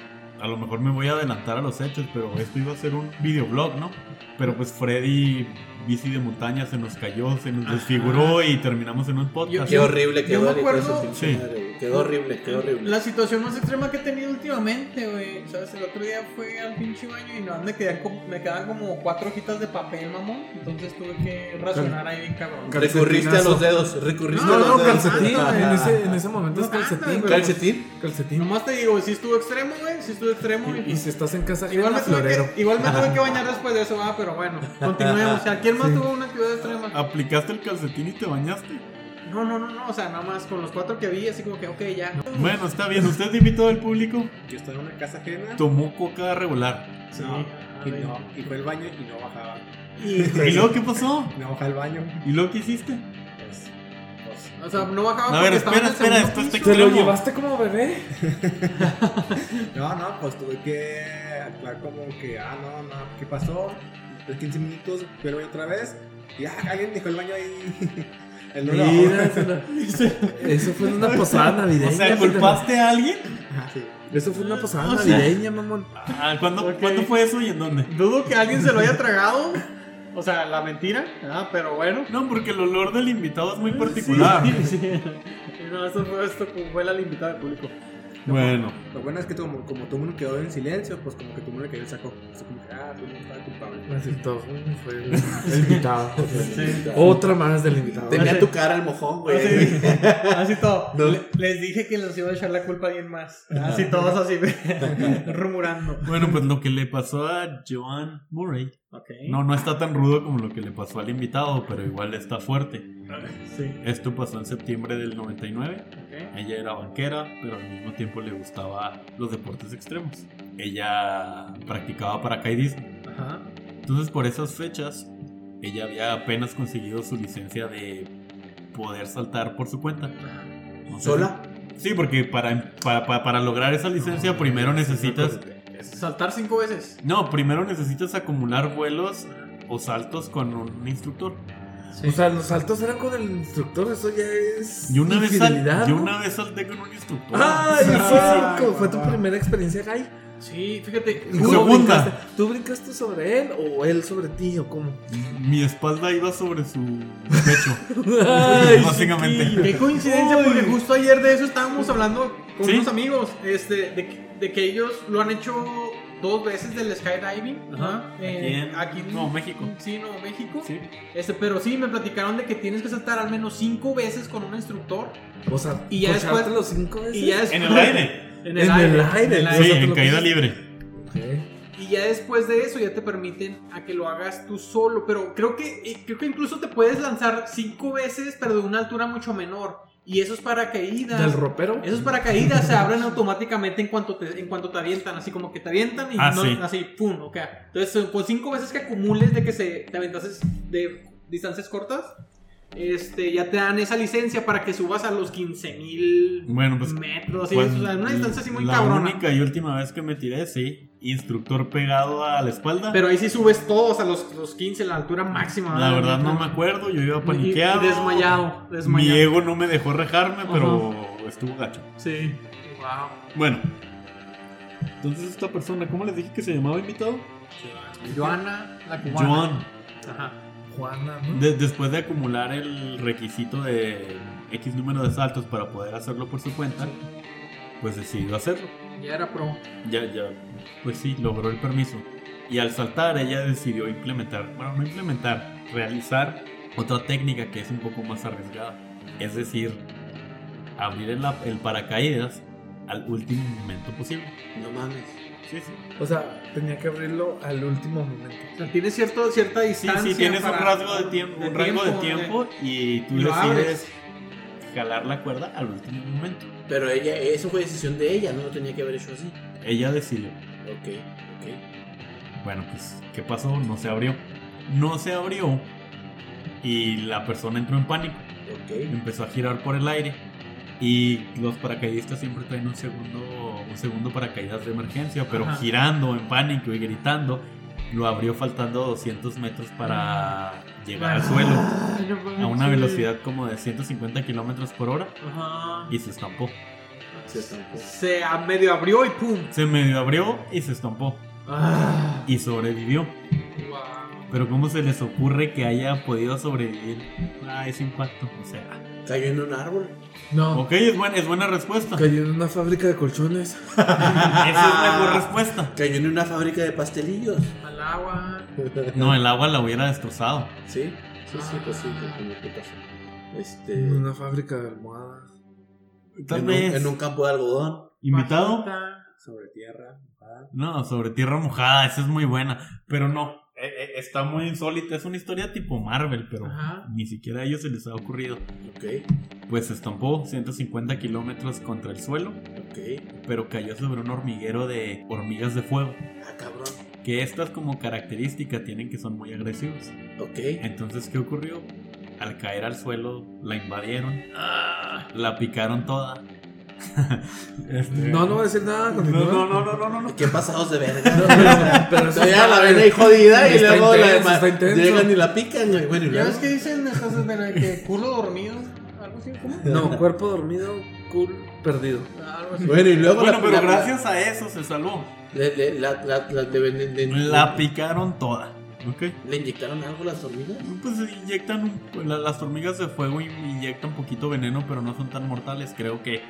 Speaker 4: a lo mejor me voy a adelantar a los hechos, pero esto iba a ser un videoblog, ¿no? Pero pues Freddy, bici de montaña, se nos cayó, se nos desfiguró y terminamos en un podcast.
Speaker 1: Qué horrible
Speaker 2: Yo
Speaker 1: quedó.
Speaker 2: me
Speaker 1: el hijo de su
Speaker 2: acuerdo-
Speaker 1: pinche
Speaker 4: Sí.
Speaker 1: madre, güey. Quedó horrible, quedó
Speaker 2: ok.
Speaker 1: horrible.
Speaker 2: La situación más extrema que he tenido últimamente, güey. ¿Sabes? El otro día fue al pinche baño y no, me, quedé como- me quedaban como cuatro hojitas de papel, mamón. Entonces tuve que racionar ahí bien cabrón.
Speaker 3: Cal-
Speaker 1: Recurriste a
Speaker 3: calcetinazo.
Speaker 1: los dedos. Recurriste
Speaker 2: No,
Speaker 1: a
Speaker 3: No,
Speaker 1: los
Speaker 3: no,
Speaker 1: dedos.
Speaker 3: calcetín.
Speaker 1: Ajá.
Speaker 3: En ese, en ese momento es
Speaker 2: No,
Speaker 3: calcetín.
Speaker 2: nada, güey.
Speaker 1: ¿Calcetín?
Speaker 3: Calcetín.
Speaker 2: Nomás te digo, si estuvo extremo, güey. Si estuvo extremo.
Speaker 3: Y, y si estás en casa,
Speaker 2: Igual
Speaker 3: igual
Speaker 2: me, tuve
Speaker 3: florero.
Speaker 2: que, igual me tuve que bañar después de eso, va, pero bueno, continuemos. O sea, ¿quién más
Speaker 3: Sí.
Speaker 2: tuvo una actividad extrema?
Speaker 4: ¿Aplicaste el calcetín y te bañaste?
Speaker 2: No, no, no, no, o sea, nada más con los cuatro que vi, así como que, ok, ya.
Speaker 4: Bueno, está bien, usted invitó al público.
Speaker 5: Yo estaba en una casa ajena.
Speaker 4: Tomó coca regular.
Speaker 5: Sí. Y, no, y fue al baño y no bajaba.
Speaker 4: ¿Y luego qué pasó?
Speaker 5: No bajaba al baño.
Speaker 4: ¿Y luego qué hiciste?
Speaker 5: Pues, pues,
Speaker 2: O sea, no bajaba
Speaker 4: A
Speaker 2: porque
Speaker 4: ver,
Speaker 2: estaba en el
Speaker 4: espera, espera,
Speaker 2: segundo
Speaker 4: esto
Speaker 2: piso.
Speaker 4: está
Speaker 3: ¿Te lo
Speaker 4: ¿Cómo?
Speaker 3: llevaste como bebé?
Speaker 5: No, no, pues tuve que actuar como que, ah, no, no, ¿qué pasó? Después 15 minutos, pero otra vez. Y ah, alguien dejó el baño ahí. El olor.
Speaker 3: Mira, eso no- eso fue en una posada navideña.
Speaker 4: O sea,
Speaker 3: pendejo.
Speaker 4: ¿culpaste a alguien?
Speaker 5: Ajá, sí.
Speaker 3: Eso fue una posada
Speaker 2: O sea-
Speaker 3: navideña, mamón.
Speaker 4: Ah, ¿cuándo,
Speaker 2: Ok.
Speaker 4: cuándo fue eso y en dónde?
Speaker 2: Dudo que alguien se lo haya tragado. O sea, la mentira, ah, pero bueno.
Speaker 4: No, porque el olor del invitado es muy particular.
Speaker 2: Sí, sí. No, eso fue esto, como fue la invitada del público.
Speaker 4: Bueno,
Speaker 5: Lo bueno es que como, como todo el mundo quedó en silencio, pues como que todo el mundo quedó en saco. Así como que, ah, todo el mundo estaba culpable.
Speaker 3: Así todo. Fue el el invitado.
Speaker 2: Sí. Pues
Speaker 3: Otra más del invitado.
Speaker 1: Tenía
Speaker 2: Así.
Speaker 1: tu cara al mojón, güey.
Speaker 2: Así, así todo.
Speaker 1: No.
Speaker 2: Le- Les dije que les iba a echar la culpa a alguien más. Así todos así rumurando.
Speaker 4: bueno, pues lo que le pasó a Joan Murray.
Speaker 2: Ok.
Speaker 4: No, no está tan rudo como lo que le pasó al invitado, pero igual está fuerte.
Speaker 2: Sí.
Speaker 4: Esto pasó en septiembre del 99.
Speaker 2: ok.
Speaker 4: Ella era banquera, pero al mismo tiempo le gustaba gustaba los deportes extremos. Ella practicaba paracaidismo.
Speaker 2: Ajá.
Speaker 4: Entonces por esas fechas ella había apenas conseguido su licencia de poder saltar por su cuenta. No sé
Speaker 1: ¿Sola?
Speaker 4: si- Sí, porque para, para, para- para lograr esa licencia primero necesitas...
Speaker 2: Saltar cinco veces.
Speaker 4: No, primero necesitas acumular vuelos o saltos con un instructor.
Speaker 3: O sea, los saltos eran con el instructor, eso ya es.
Speaker 4: Yo una, vez, sal-
Speaker 3: infidelidad,
Speaker 4: yo
Speaker 3: ¿no?
Speaker 4: una vez salté con un instructor.
Speaker 3: ¡Ay! fue-
Speaker 5: Ah,
Speaker 3: fue, tu
Speaker 5: guau.
Speaker 3: primera experiencia, Guy.
Speaker 2: Sí, fíjate.
Speaker 4: Mi
Speaker 3: ¿Cómo
Speaker 4: segunda.
Speaker 3: brincaste? ¿Tú brincaste sobre él o él sobre ti o cómo?
Speaker 4: Mi espalda iba sobre su pecho.
Speaker 3: Ay,
Speaker 4: Básicamente.
Speaker 3: chiquillo.
Speaker 2: Qué coincidencia,
Speaker 3: Uy.
Speaker 2: porque justo ayer de eso estábamos hablando con
Speaker 4: Sí.
Speaker 2: unos amigos, este, de, que- de que ellos lo han hecho dos veces del skydiving.
Speaker 4: Ajá.
Speaker 2: Eh,
Speaker 4: Aquí en- no, México.
Speaker 2: Sí, no, México.
Speaker 4: Sí.
Speaker 2: Este, pero sí, me platicaron de que tienes que saltar al menos cinco veces con un instructor.
Speaker 3: O sea,
Speaker 2: Y ya
Speaker 3: cocharte
Speaker 2: después-
Speaker 3: los cinco veces.
Speaker 2: Y ya
Speaker 4: En
Speaker 2: después-
Speaker 4: el aire.
Speaker 2: En el
Speaker 3: En
Speaker 2: aire.
Speaker 3: el aire,
Speaker 2: en el
Speaker 3: sí.
Speaker 4: Sí,
Speaker 2: aire.
Speaker 4: en caída libre.
Speaker 3: Ok.
Speaker 2: Y ya después de eso ya te permiten a que lo hagas tú solo. Pero creo que, eh, creo que incluso te puedes lanzar cinco veces, pero de una altura mucho menor. Y eso es paracaídas.
Speaker 3: ¿Del ropero?
Speaker 2: Esos paracaídas se abren automáticamente en cuanto te, en cuanto te avientan, así como que te avientan y
Speaker 4: Ah,
Speaker 2: no,
Speaker 4: sí.
Speaker 2: así, pum, ok. Entonces, con cinco veces que acumules de que se, te aventases de distancias cortas, este, ya te dan esa licencia para que subas a los 15 mil
Speaker 4: Bueno, pues.
Speaker 2: metros, así,
Speaker 4: cuando-
Speaker 2: o sea, una distancia así muy
Speaker 4: la
Speaker 2: cabrona.
Speaker 4: única y última vez que me tiré, sí. Instructor pegado a la espalda.
Speaker 2: Pero ahí sí subes todos a los, los 15, la altura máxima.
Speaker 4: la verdad no me acuerdo. pues, Yo iba
Speaker 2: Y- y
Speaker 4: paniqueado.
Speaker 2: desmayado,
Speaker 4: Mi
Speaker 2: desmayado.
Speaker 4: ego no me dejó rejarme, pero estuvo gacho.
Speaker 2: Sí. Wow.
Speaker 4: Bueno. Entonces esta persona, ¿cómo les dije que se llamaba invitado?
Speaker 2: Joana, la cubana.
Speaker 4: John.
Speaker 2: Ajá.
Speaker 3: Juana, ¿no?
Speaker 4: De- después de acumular el requisito de X número de saltos para poder hacerlo por su cuenta, pues decidió hacerlo.
Speaker 2: Ya era pro.
Speaker 4: Ya, ya, pues sí, logró el permiso. Y al saltar, ella decidió implementar, bueno, no implementar, realizar otra técnica que es un poco más arriesgada. Es decir, abrir el, ap- el paracaídas al último momento posible.
Speaker 1: No mames.
Speaker 4: Sí, sí.
Speaker 3: O sea, tenía que abrirlo al último momento.
Speaker 2: O sea, tiene cierto, cierta
Speaker 4: Sí,
Speaker 2: distancia.
Speaker 4: sí, tienes un
Speaker 2: para- ¿eh?
Speaker 4: rasgo de tiempo, un rango de tiempo y tú
Speaker 2: Y lo
Speaker 4: decides
Speaker 2: abres.
Speaker 4: jalar la cuerda al último momento.
Speaker 1: Pero ella, eso fue decisión de ella, no lo tenía que haber hecho así.
Speaker 4: Ella decidió.
Speaker 1: Ok, ok.
Speaker 4: Bueno, pues, ¿qué pasó? No se abrió. No se abrió y la persona entró en pánico.
Speaker 1: Ok.
Speaker 4: Empezó a girar por el aire. Y los paracaidistas siempre traen un segundo, un segundo paracaídas de emergencia, pero
Speaker 2: Ajá.
Speaker 4: girando en pánico y gritando, lo abrió faltando 200 metros para llegar al suelo
Speaker 2: Ay, no
Speaker 4: a una
Speaker 2: manches.
Speaker 4: velocidad como de 150 kilómetros por hora
Speaker 2: Ajá.
Speaker 4: y se estampó.
Speaker 1: Se estampó.
Speaker 2: Se a- medio abrió y pum.
Speaker 4: Se medio abrió y se estampó
Speaker 2: Ah,
Speaker 4: y sobrevivió.
Speaker 2: wow.
Speaker 4: Pero ¿cómo se les ocurre que haya podido sobrevivir a ese impacto? O sea,
Speaker 1: Cayó en un árbol.
Speaker 3: No,
Speaker 4: ok, es buena, es buena respuesta. Esa
Speaker 3: cayó en una fábrica de colchones.
Speaker 4: es mejor respuesta.
Speaker 1: Cayó en una fábrica de pastelillos.
Speaker 2: Al agua.
Speaker 4: No, el agua la hubiera destrozado.
Speaker 1: Sí, sí, sí, pues sí, como tú pasó. Este.
Speaker 3: En una fábrica de almohadas.
Speaker 4: Tal
Speaker 1: en,
Speaker 4: vez.
Speaker 1: Un, en un campo de algodón.
Speaker 4: ¿Invitado?
Speaker 2: Bajita.
Speaker 5: Sobre tierra. mojada.
Speaker 4: No, sobre tierra mojada, esa es muy buena. Pero no, eh, eh, está muy insólita. Es una historia tipo Marvel, pero
Speaker 2: Ajá.
Speaker 4: ni siquiera a ellos se les ha ocurrido.
Speaker 1: Ok,
Speaker 4: Pues se estampó 150 kilómetros contra el suelo,
Speaker 1: ok.
Speaker 4: pero cayó sobre un hormiguero de hormigas de fuego.
Speaker 1: Ah, cabrón.
Speaker 4: Que estas como característica tienen que son muy agresivos.
Speaker 1: Ok.
Speaker 4: Entonces, ¿qué ocurrió? Al caer al suelo, la invadieron. La picaron toda. Este-
Speaker 3: No, no voy a decir nada.
Speaker 4: no,
Speaker 3: continúa.
Speaker 4: no, no, no, no, no, no.
Speaker 1: Qué pasados de
Speaker 3: No,
Speaker 1: verga.
Speaker 3: pero- pero eso
Speaker 1: Todavía
Speaker 3: está-
Speaker 1: la ven ahí jodida y
Speaker 3: Está
Speaker 1: luego
Speaker 3: intenso,
Speaker 1: la
Speaker 3: está intenso.
Speaker 1: llegan y la pican. güey. Bueno, y
Speaker 2: ¿Ya
Speaker 1: luego.
Speaker 2: ves que dicen entonces de que culo dormido? ¿Algo así? ¿Cómo?
Speaker 3: No, cuerpo dormido, cool, perdido.
Speaker 2: Algo así.
Speaker 1: Bueno, y luego
Speaker 4: Bueno,
Speaker 1: la-
Speaker 4: pero
Speaker 1: la-
Speaker 4: gracias a eso se salvó.
Speaker 1: Le, le- la, la, la- le, le- le-
Speaker 4: La picaron toda. Ok.
Speaker 1: ¿Le inyectaron algo a las hormigas?
Speaker 4: Pues inyectan un- la- las hormigas de fuego y inyectan poquito veneno, pero no son tan mortales. Creo que,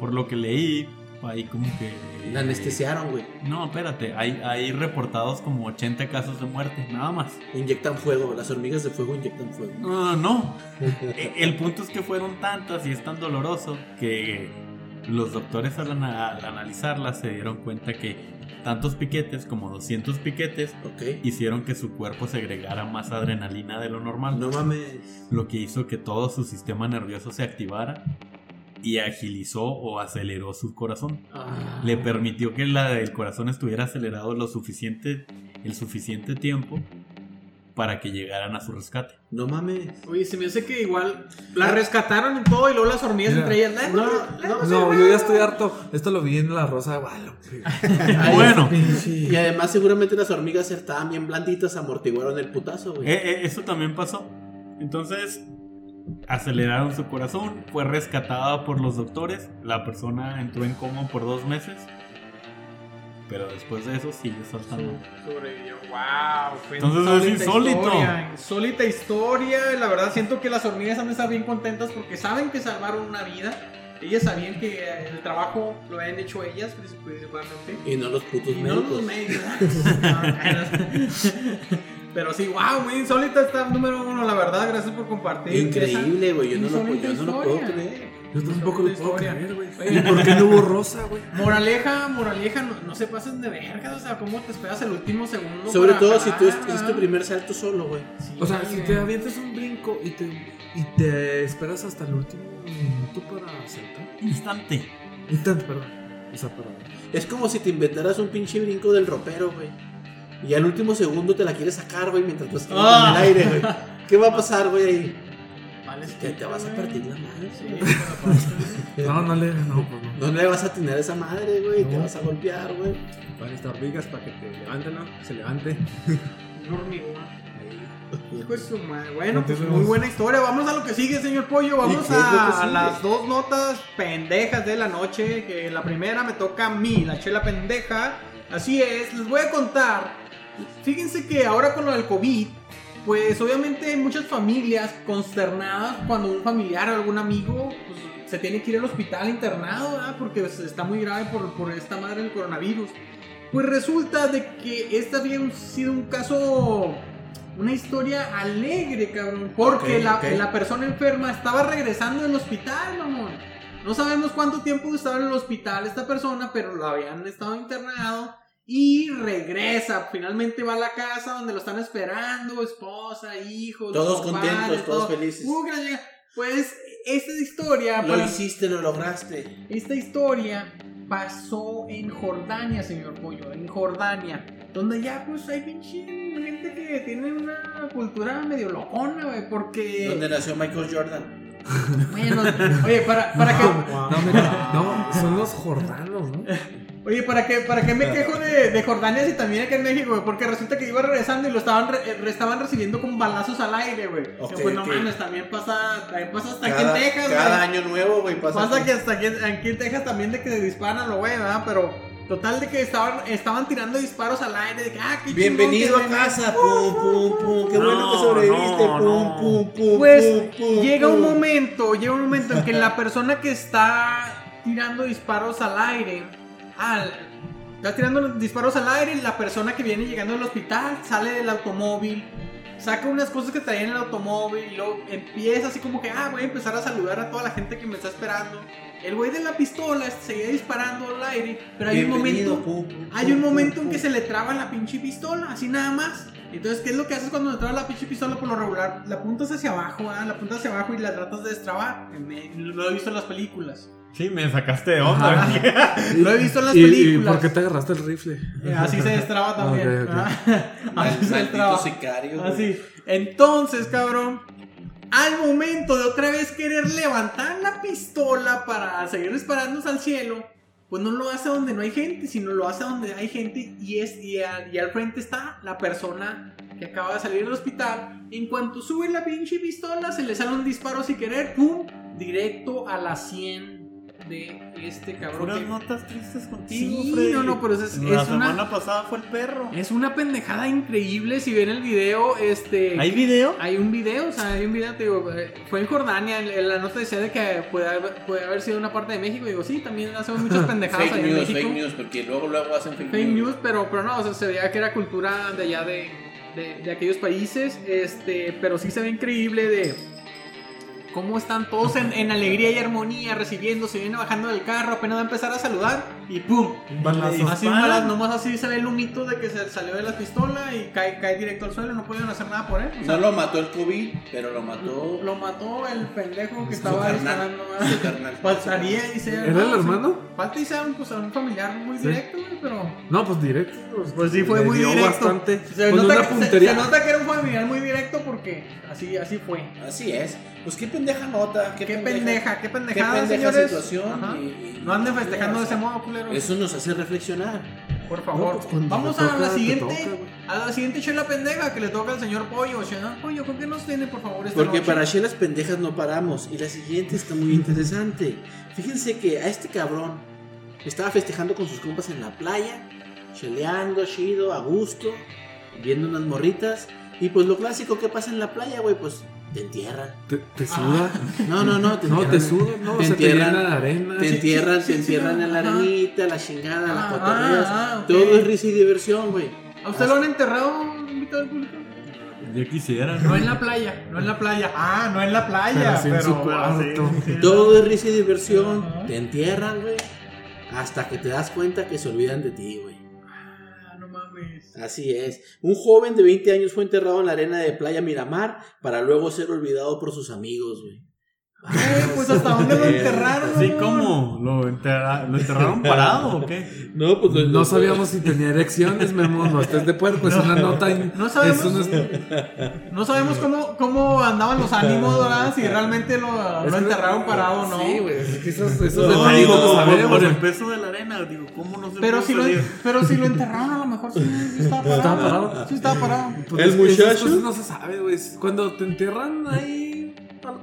Speaker 4: por lo que leí, ahí como que.
Speaker 1: La anestesiaron, güey.
Speaker 4: No, espérate. Hay, hay reportados como 80 casos de muerte, nada más.
Speaker 1: Inyectan fuego. Las hormigas de fuego inyectan fuego.
Speaker 4: No, no, no. E- El punto es que fueron tantas y es tan doloroso que los doctores al, ana- al analizarla se dieron cuenta que tantos piquetes, como 200 piquetes,
Speaker 1: Ok.
Speaker 4: hicieron que su cuerpo segregara más adrenalina de lo normal,
Speaker 1: No mames.
Speaker 4: lo que hizo que todo su sistema nervioso se activara y agilizó o aceleró su corazón.
Speaker 1: Ah.
Speaker 4: Le permitió que la, el corazón estuviera acelerado lo suficiente, el suficiente tiempo para que llegaran a su rescate.
Speaker 1: No mames.
Speaker 2: Oye, se me hace que igual la rescataron y todo y luego las hormigas
Speaker 3: Mira.
Speaker 2: entre ellas. "Lejos,
Speaker 1: No,
Speaker 2: lejos,
Speaker 1: no,
Speaker 2: lejos,
Speaker 3: No,
Speaker 2: lejos".
Speaker 3: yo ya estoy harto. Esto lo vi en La Rosa de Guadalupe.
Speaker 4: bueno,
Speaker 1: Y además seguramente las hormigas estaban bien blanditas, amortiguaron el putazo, güey.
Speaker 4: Eh, eh, eso también pasó. Entonces, aceleraron su corazón, fue rescatada por los doctores, la persona entró en coma por dos meses, pero después de eso sigue saltando.
Speaker 2: So- Sobrevivió. Wow. fue
Speaker 4: Entonces es
Speaker 2: insólita
Speaker 4: insólito.
Speaker 2: historia, Insólita historia. La verdad siento que las hormigas han de estar bien contentas porque saben que salvaron una vida. Ellas sabían que eh, el trabajo lo habían hecho ellas principalmente.
Speaker 1: Y no los putos
Speaker 2: Y no
Speaker 1: médicos.
Speaker 2: los médicos. No, Pero sí, wow, muy insólita está el número uno, la verdad. Gracias por compartir.
Speaker 1: Increíble, güey. Yo, no lo,
Speaker 2: Insólita
Speaker 1: yo no lo puedo
Speaker 2: historia.
Speaker 1: creer.
Speaker 3: Yo tampoco lo puedo
Speaker 2: Historia.
Speaker 3: creer, güey.
Speaker 2: Oye.
Speaker 3: ¿eh? ¿Y por qué no hubo rosa, güey?
Speaker 2: Moraleja, moraleja, no, no se pasen de verga, o sea, ¿cómo te esperas el último segundo?
Speaker 1: Sobre
Speaker 2: para
Speaker 1: todo si tú es,
Speaker 2: acabar?
Speaker 1: es tu primer salto solo, güey.
Speaker 2: Sí,
Speaker 3: O sea,
Speaker 2: güey.
Speaker 3: si te avientas un brinco y te, y te esperas hasta el último minuto para saltar.
Speaker 4: Instante.
Speaker 3: Instante, perdón. O sea, perdón.
Speaker 1: Es como si te inventaras un pinche brinco del ropero, güey. Y al último segundo te la quieres sacar, güey, mientras tú estás
Speaker 2: Ah.
Speaker 1: en el aire, güey. ¿Qué va a pasar, güey? ahí?
Speaker 2: Vale, es
Speaker 1: Que te vas a
Speaker 2: güey.
Speaker 1: partir la madre.
Speaker 2: Sí, este te la partes.
Speaker 5: Eh,
Speaker 3: No, no le. No, pues no.
Speaker 1: No le vas a atinar a esa madre, güey. Te
Speaker 5: No.
Speaker 1: vas a golpear, güey.
Speaker 5: Para estas hormigas, para que te levanten, ¿no? Se levante.
Speaker 2: Un hormigón.
Speaker 5: Ahí.
Speaker 2: Hijo de su madre. Bueno,
Speaker 5: No
Speaker 2: pues
Speaker 5: tenemos-
Speaker 2: muy buena historia. Vamos a lo que sigue, señor Pollo. Vamos
Speaker 1: qué es lo que
Speaker 2: a
Speaker 1: sigue?
Speaker 2: las dos notas pendejas de la noche. Que la primera me toca a mí, la chela pendeja. Así es, les voy a contar. Fíjense que ahora con lo del COVID, pues obviamente hay muchas familias consternadas cuando un familiar o algún amigo pues, se tiene que ir al hospital internado, ¿verdad? porque pues, está muy grave por, por esta madre del coronavirus. Pues resulta de que este había un- sido un caso, una historia alegre, cabrón, porque
Speaker 5: Ok,
Speaker 2: la,
Speaker 5: ok.
Speaker 2: la persona enferma estaba regresando del hospital, mamón. No sabemos cuánto tiempo estaba en el hospital esta persona, pero lo habían estado internado y regresa. Finalmente va a la casa donde lo están esperando, esposa, hijos,
Speaker 1: Todos
Speaker 2: compadres,
Speaker 1: contentos, todos
Speaker 2: todo.
Speaker 1: felices.
Speaker 2: Uh, pues. que la llega. Pues esta historia,
Speaker 1: Lo
Speaker 2: para-
Speaker 1: hiciste, lo lograste.
Speaker 2: esta historia pasó en Jordania, señor Pollo, en Jordania, donde ya pues hay pinche gente que tiene una cultura medio locona, güey, porque
Speaker 1: Donde nació Michael Jordan.
Speaker 2: bueno, oye, para, para que
Speaker 3: No, mira, no, son los jordanos, ¿no?
Speaker 2: Oye, ¿para qué, para qué me quejo de, de Jordania si también acá en México, güey? Porque resulta que iba regresando y lo estaban, re- eh, estaban recibiendo con balazos al aire, güey.
Speaker 1: Ok,
Speaker 2: pues no
Speaker 1: ok.
Speaker 2: mames, también pasa, también pasa hasta
Speaker 1: Cada,
Speaker 2: aquí en Texas,
Speaker 1: cada
Speaker 2: güey.
Speaker 1: año nuevo, güey, pasa.
Speaker 2: Pasa
Speaker 1: aquí.
Speaker 2: que hasta aquí, aquí en Texas también de que disparan lo güey, ¿verdad? Pero total de que estaban, estaban tirando disparos al aire, de que, ah, qué
Speaker 1: Bienvenido a
Speaker 2: chingón que-
Speaker 1: casa, pum, pum, pum. Qué bueno que
Speaker 4: No,
Speaker 1: sobreviviste,
Speaker 4: no,
Speaker 1: pum,
Speaker 4: no.
Speaker 1: pum, pum.
Speaker 2: Pues
Speaker 1: pum, pum,
Speaker 2: llega un
Speaker 1: pum.
Speaker 2: momento, llega un momento en que la persona que está tirando disparos al aire, al, está tirando los disparos al aire, la persona que viene llegando al hospital sale del automóvil, saca unas cosas que traía en el automóvil y luego empieza así como que, ah, voy a empezar a saludar a toda la gente que me está esperando. El güey de la pistola seguía disparando al aire, pero hay
Speaker 1: Bienvenido,
Speaker 2: un momento...
Speaker 1: pum, pum,
Speaker 2: Hay
Speaker 1: pum,
Speaker 2: un
Speaker 1: pum,
Speaker 2: momento en
Speaker 1: pum.
Speaker 2: que se le traba la pinche pistola, así nada más. Entonces, ¿qué es lo que haces cuando te traba la pinche pistola por lo regular? La apuntas hacia abajo, ¿ah? la apuntas hacia abajo y la tratas de destrabar. Me- lo he visto en las películas.
Speaker 4: Sí, me sacaste de onda.
Speaker 2: Ajá.
Speaker 4: güey.
Speaker 2: Lo he visto en las
Speaker 3: ¿Y, y
Speaker 2: películas.
Speaker 3: por qué te agarraste el rifle?
Speaker 2: Eh, Así se destraba también.
Speaker 3: Ok, ok.
Speaker 2: ¿ah? Así se destraba.
Speaker 1: Maldito sicario. güey.
Speaker 2: Así. Entonces, cabrón. Al momento de otra vez querer levantar la pistola para seguir disparándose al cielo, pues no lo hace donde no hay gente, sino lo hace donde hay gente y, es, y, al, y al frente está la persona que acaba de salir del hospital. En cuanto sube la pinche pistola, se le sale un disparo sin querer, ¡pum! Directo a la 100 de este cabrón.
Speaker 4: Puras
Speaker 2: que-
Speaker 4: notas tristes contigo,
Speaker 2: Sí,
Speaker 4: Freddy.
Speaker 2: no, no, pero es, es
Speaker 4: La semana
Speaker 2: una,
Speaker 4: pasada fue el perro.
Speaker 2: es una pendejada increíble. Si ven el video, este.
Speaker 4: ¿Hay video?
Speaker 2: Hay un video, o sea, hay un video, te digo, eh, fue en Jordania, en- en la nota decía de que puede haber, puede haber sido una parte de México, digo, sí, también hacemos muchas pendejadas
Speaker 1: Fake
Speaker 2: allá Ah, en
Speaker 1: news,
Speaker 2: México.
Speaker 1: fake news, porque luego luego hacen fake,
Speaker 2: Fake news, pero, pero no, o sea, se veía que era cultura de allá de, de, de aquellos países, este, pero sí se ve increíble de cómo están todos en, en alegría y armonía, recibiéndose, viene bajando del carro, apenas va a empezar a saludar y ¡pum!
Speaker 4: Balazos.
Speaker 2: Así nomás, nomás así se ve el humito de que se salió de la pistola y cae, cae directo al suelo, no pudieron hacer nada por él. O sea,
Speaker 6: No lo mató el COVID, pero lo mató
Speaker 2: lo mató el pendejo que
Speaker 6: Su
Speaker 2: estaba ahí
Speaker 6: carnal.
Speaker 2: esperando
Speaker 6: su carnal.
Speaker 2: Faltaría y sea.
Speaker 3: ¿Era el
Speaker 2: no,
Speaker 3: hermano?
Speaker 2: sí. Falta y sea un, pues, un familiar muy
Speaker 3: Sí.
Speaker 2: directo, güey, pero.
Speaker 3: No, pues directo. Pues,
Speaker 2: Pues sí, fue
Speaker 3: le
Speaker 2: muy
Speaker 3: dio
Speaker 2: directo.
Speaker 3: bastante.
Speaker 2: Se
Speaker 3: con
Speaker 2: nota,
Speaker 3: una
Speaker 2: que, se-
Speaker 3: puntería.
Speaker 2: se nota que era un familiar muy directo porque así, así fue.
Speaker 6: Así es. Pues qué pendeja nota. Qué,
Speaker 2: Qué, pendeja,
Speaker 6: Qué
Speaker 2: qué pendejada,
Speaker 6: pendeja
Speaker 2: señores.
Speaker 6: situación.
Speaker 2: Ajá.
Speaker 6: y- y-
Speaker 2: No anden festejando de ese
Speaker 6: o sea,
Speaker 2: modo, culeros.
Speaker 6: Eso nos hace reflexionar.
Speaker 2: Por favor.
Speaker 3: No, pues, cuando
Speaker 2: Vamos
Speaker 3: te
Speaker 2: a
Speaker 3: toca,
Speaker 2: la
Speaker 3: te
Speaker 2: siguiente.
Speaker 3: toca, güey.
Speaker 2: a la siguiente chela pendeja que le toca al señor Pollo. Señor Pollo, ¿con qué nos tiene, por favor, esta
Speaker 1: Porque
Speaker 2: noche?
Speaker 1: para Shell las pendejas no paramos. Y la siguiente está muy interesante. Fíjense que a este cabrón estaba festejando con sus compas en la playa, cheleando, chido, a gusto, viendo unas morritas. Y pues lo clásico que pasa en la playa, güey, pues te entierran.
Speaker 3: Te, te suda.
Speaker 1: No, no, no, te
Speaker 3: No,
Speaker 1: entierran.
Speaker 3: te suda. No,
Speaker 1: Ah. Te
Speaker 3: se te
Speaker 1: entierran.
Speaker 3: llena de arena.
Speaker 1: Te
Speaker 2: Sí,
Speaker 1: entierran,
Speaker 2: sí, sí,
Speaker 1: te
Speaker 2: sí,
Speaker 1: entierran
Speaker 2: no,
Speaker 1: en la
Speaker 2: ajá.
Speaker 1: arenita, la chingada, las
Speaker 2: Ah,
Speaker 1: cotorreas.
Speaker 2: ah, ok.
Speaker 1: Todo es risa y diversión, güey.
Speaker 2: ¿A usted lo han enterrado, invitado al público?
Speaker 4: Ya quisiera,
Speaker 2: No
Speaker 4: ¿no?
Speaker 2: en la playa, no en la playa. Ah, no en la playa, pero,
Speaker 3: Pero sí en su
Speaker 2: así,
Speaker 3: cuarto.
Speaker 2: sí.
Speaker 1: Todo es risa y diversión.
Speaker 2: Ajá.
Speaker 1: Te entierran, güey. Hasta que te das cuenta que se olvidan de ti, güey.
Speaker 2: Ah, no mames.
Speaker 1: Así es. Un joven de 20 años fue enterrado en la arena de Playa Miramar para luego ser olvidado por sus amigos, güey.
Speaker 2: Eh, pues hasta dónde lo enterraron.
Speaker 4: Así como, ¿lo, enterra- ¿lo enterraron parado o qué?
Speaker 1: No, pues
Speaker 3: No sabíamos si tenía erecciones, Memo. No estés de puerco. Es una nota. in-
Speaker 2: No sabemos.
Speaker 3: es una-
Speaker 2: No sabemos cómo, cómo andaban los ánimos, ¿verdad? Si realmente lo, lo
Speaker 3: Es que-
Speaker 2: enterraron parado o no.
Speaker 3: Sí, güey. Es que esos, esos
Speaker 2: Pues,
Speaker 4: No,
Speaker 3: detalles
Speaker 4: digo,
Speaker 3: no
Speaker 4: por-
Speaker 3: sabemos,
Speaker 4: por
Speaker 3: güey.
Speaker 4: el peso de la arena, digo, ¿cómo no se
Speaker 2: Pero
Speaker 4: puede
Speaker 2: si, lo,
Speaker 4: salir?
Speaker 2: pero si lo enterraron, a lo mejor sí, sí estaba parado.
Speaker 3: Pues, Estaba parado.
Speaker 2: Sí estaba parado.
Speaker 3: Pues
Speaker 1: El
Speaker 3: es que esas
Speaker 1: muchacho.
Speaker 3: cosas no se sabe, güey. Es Cuando te entierran ahí algo.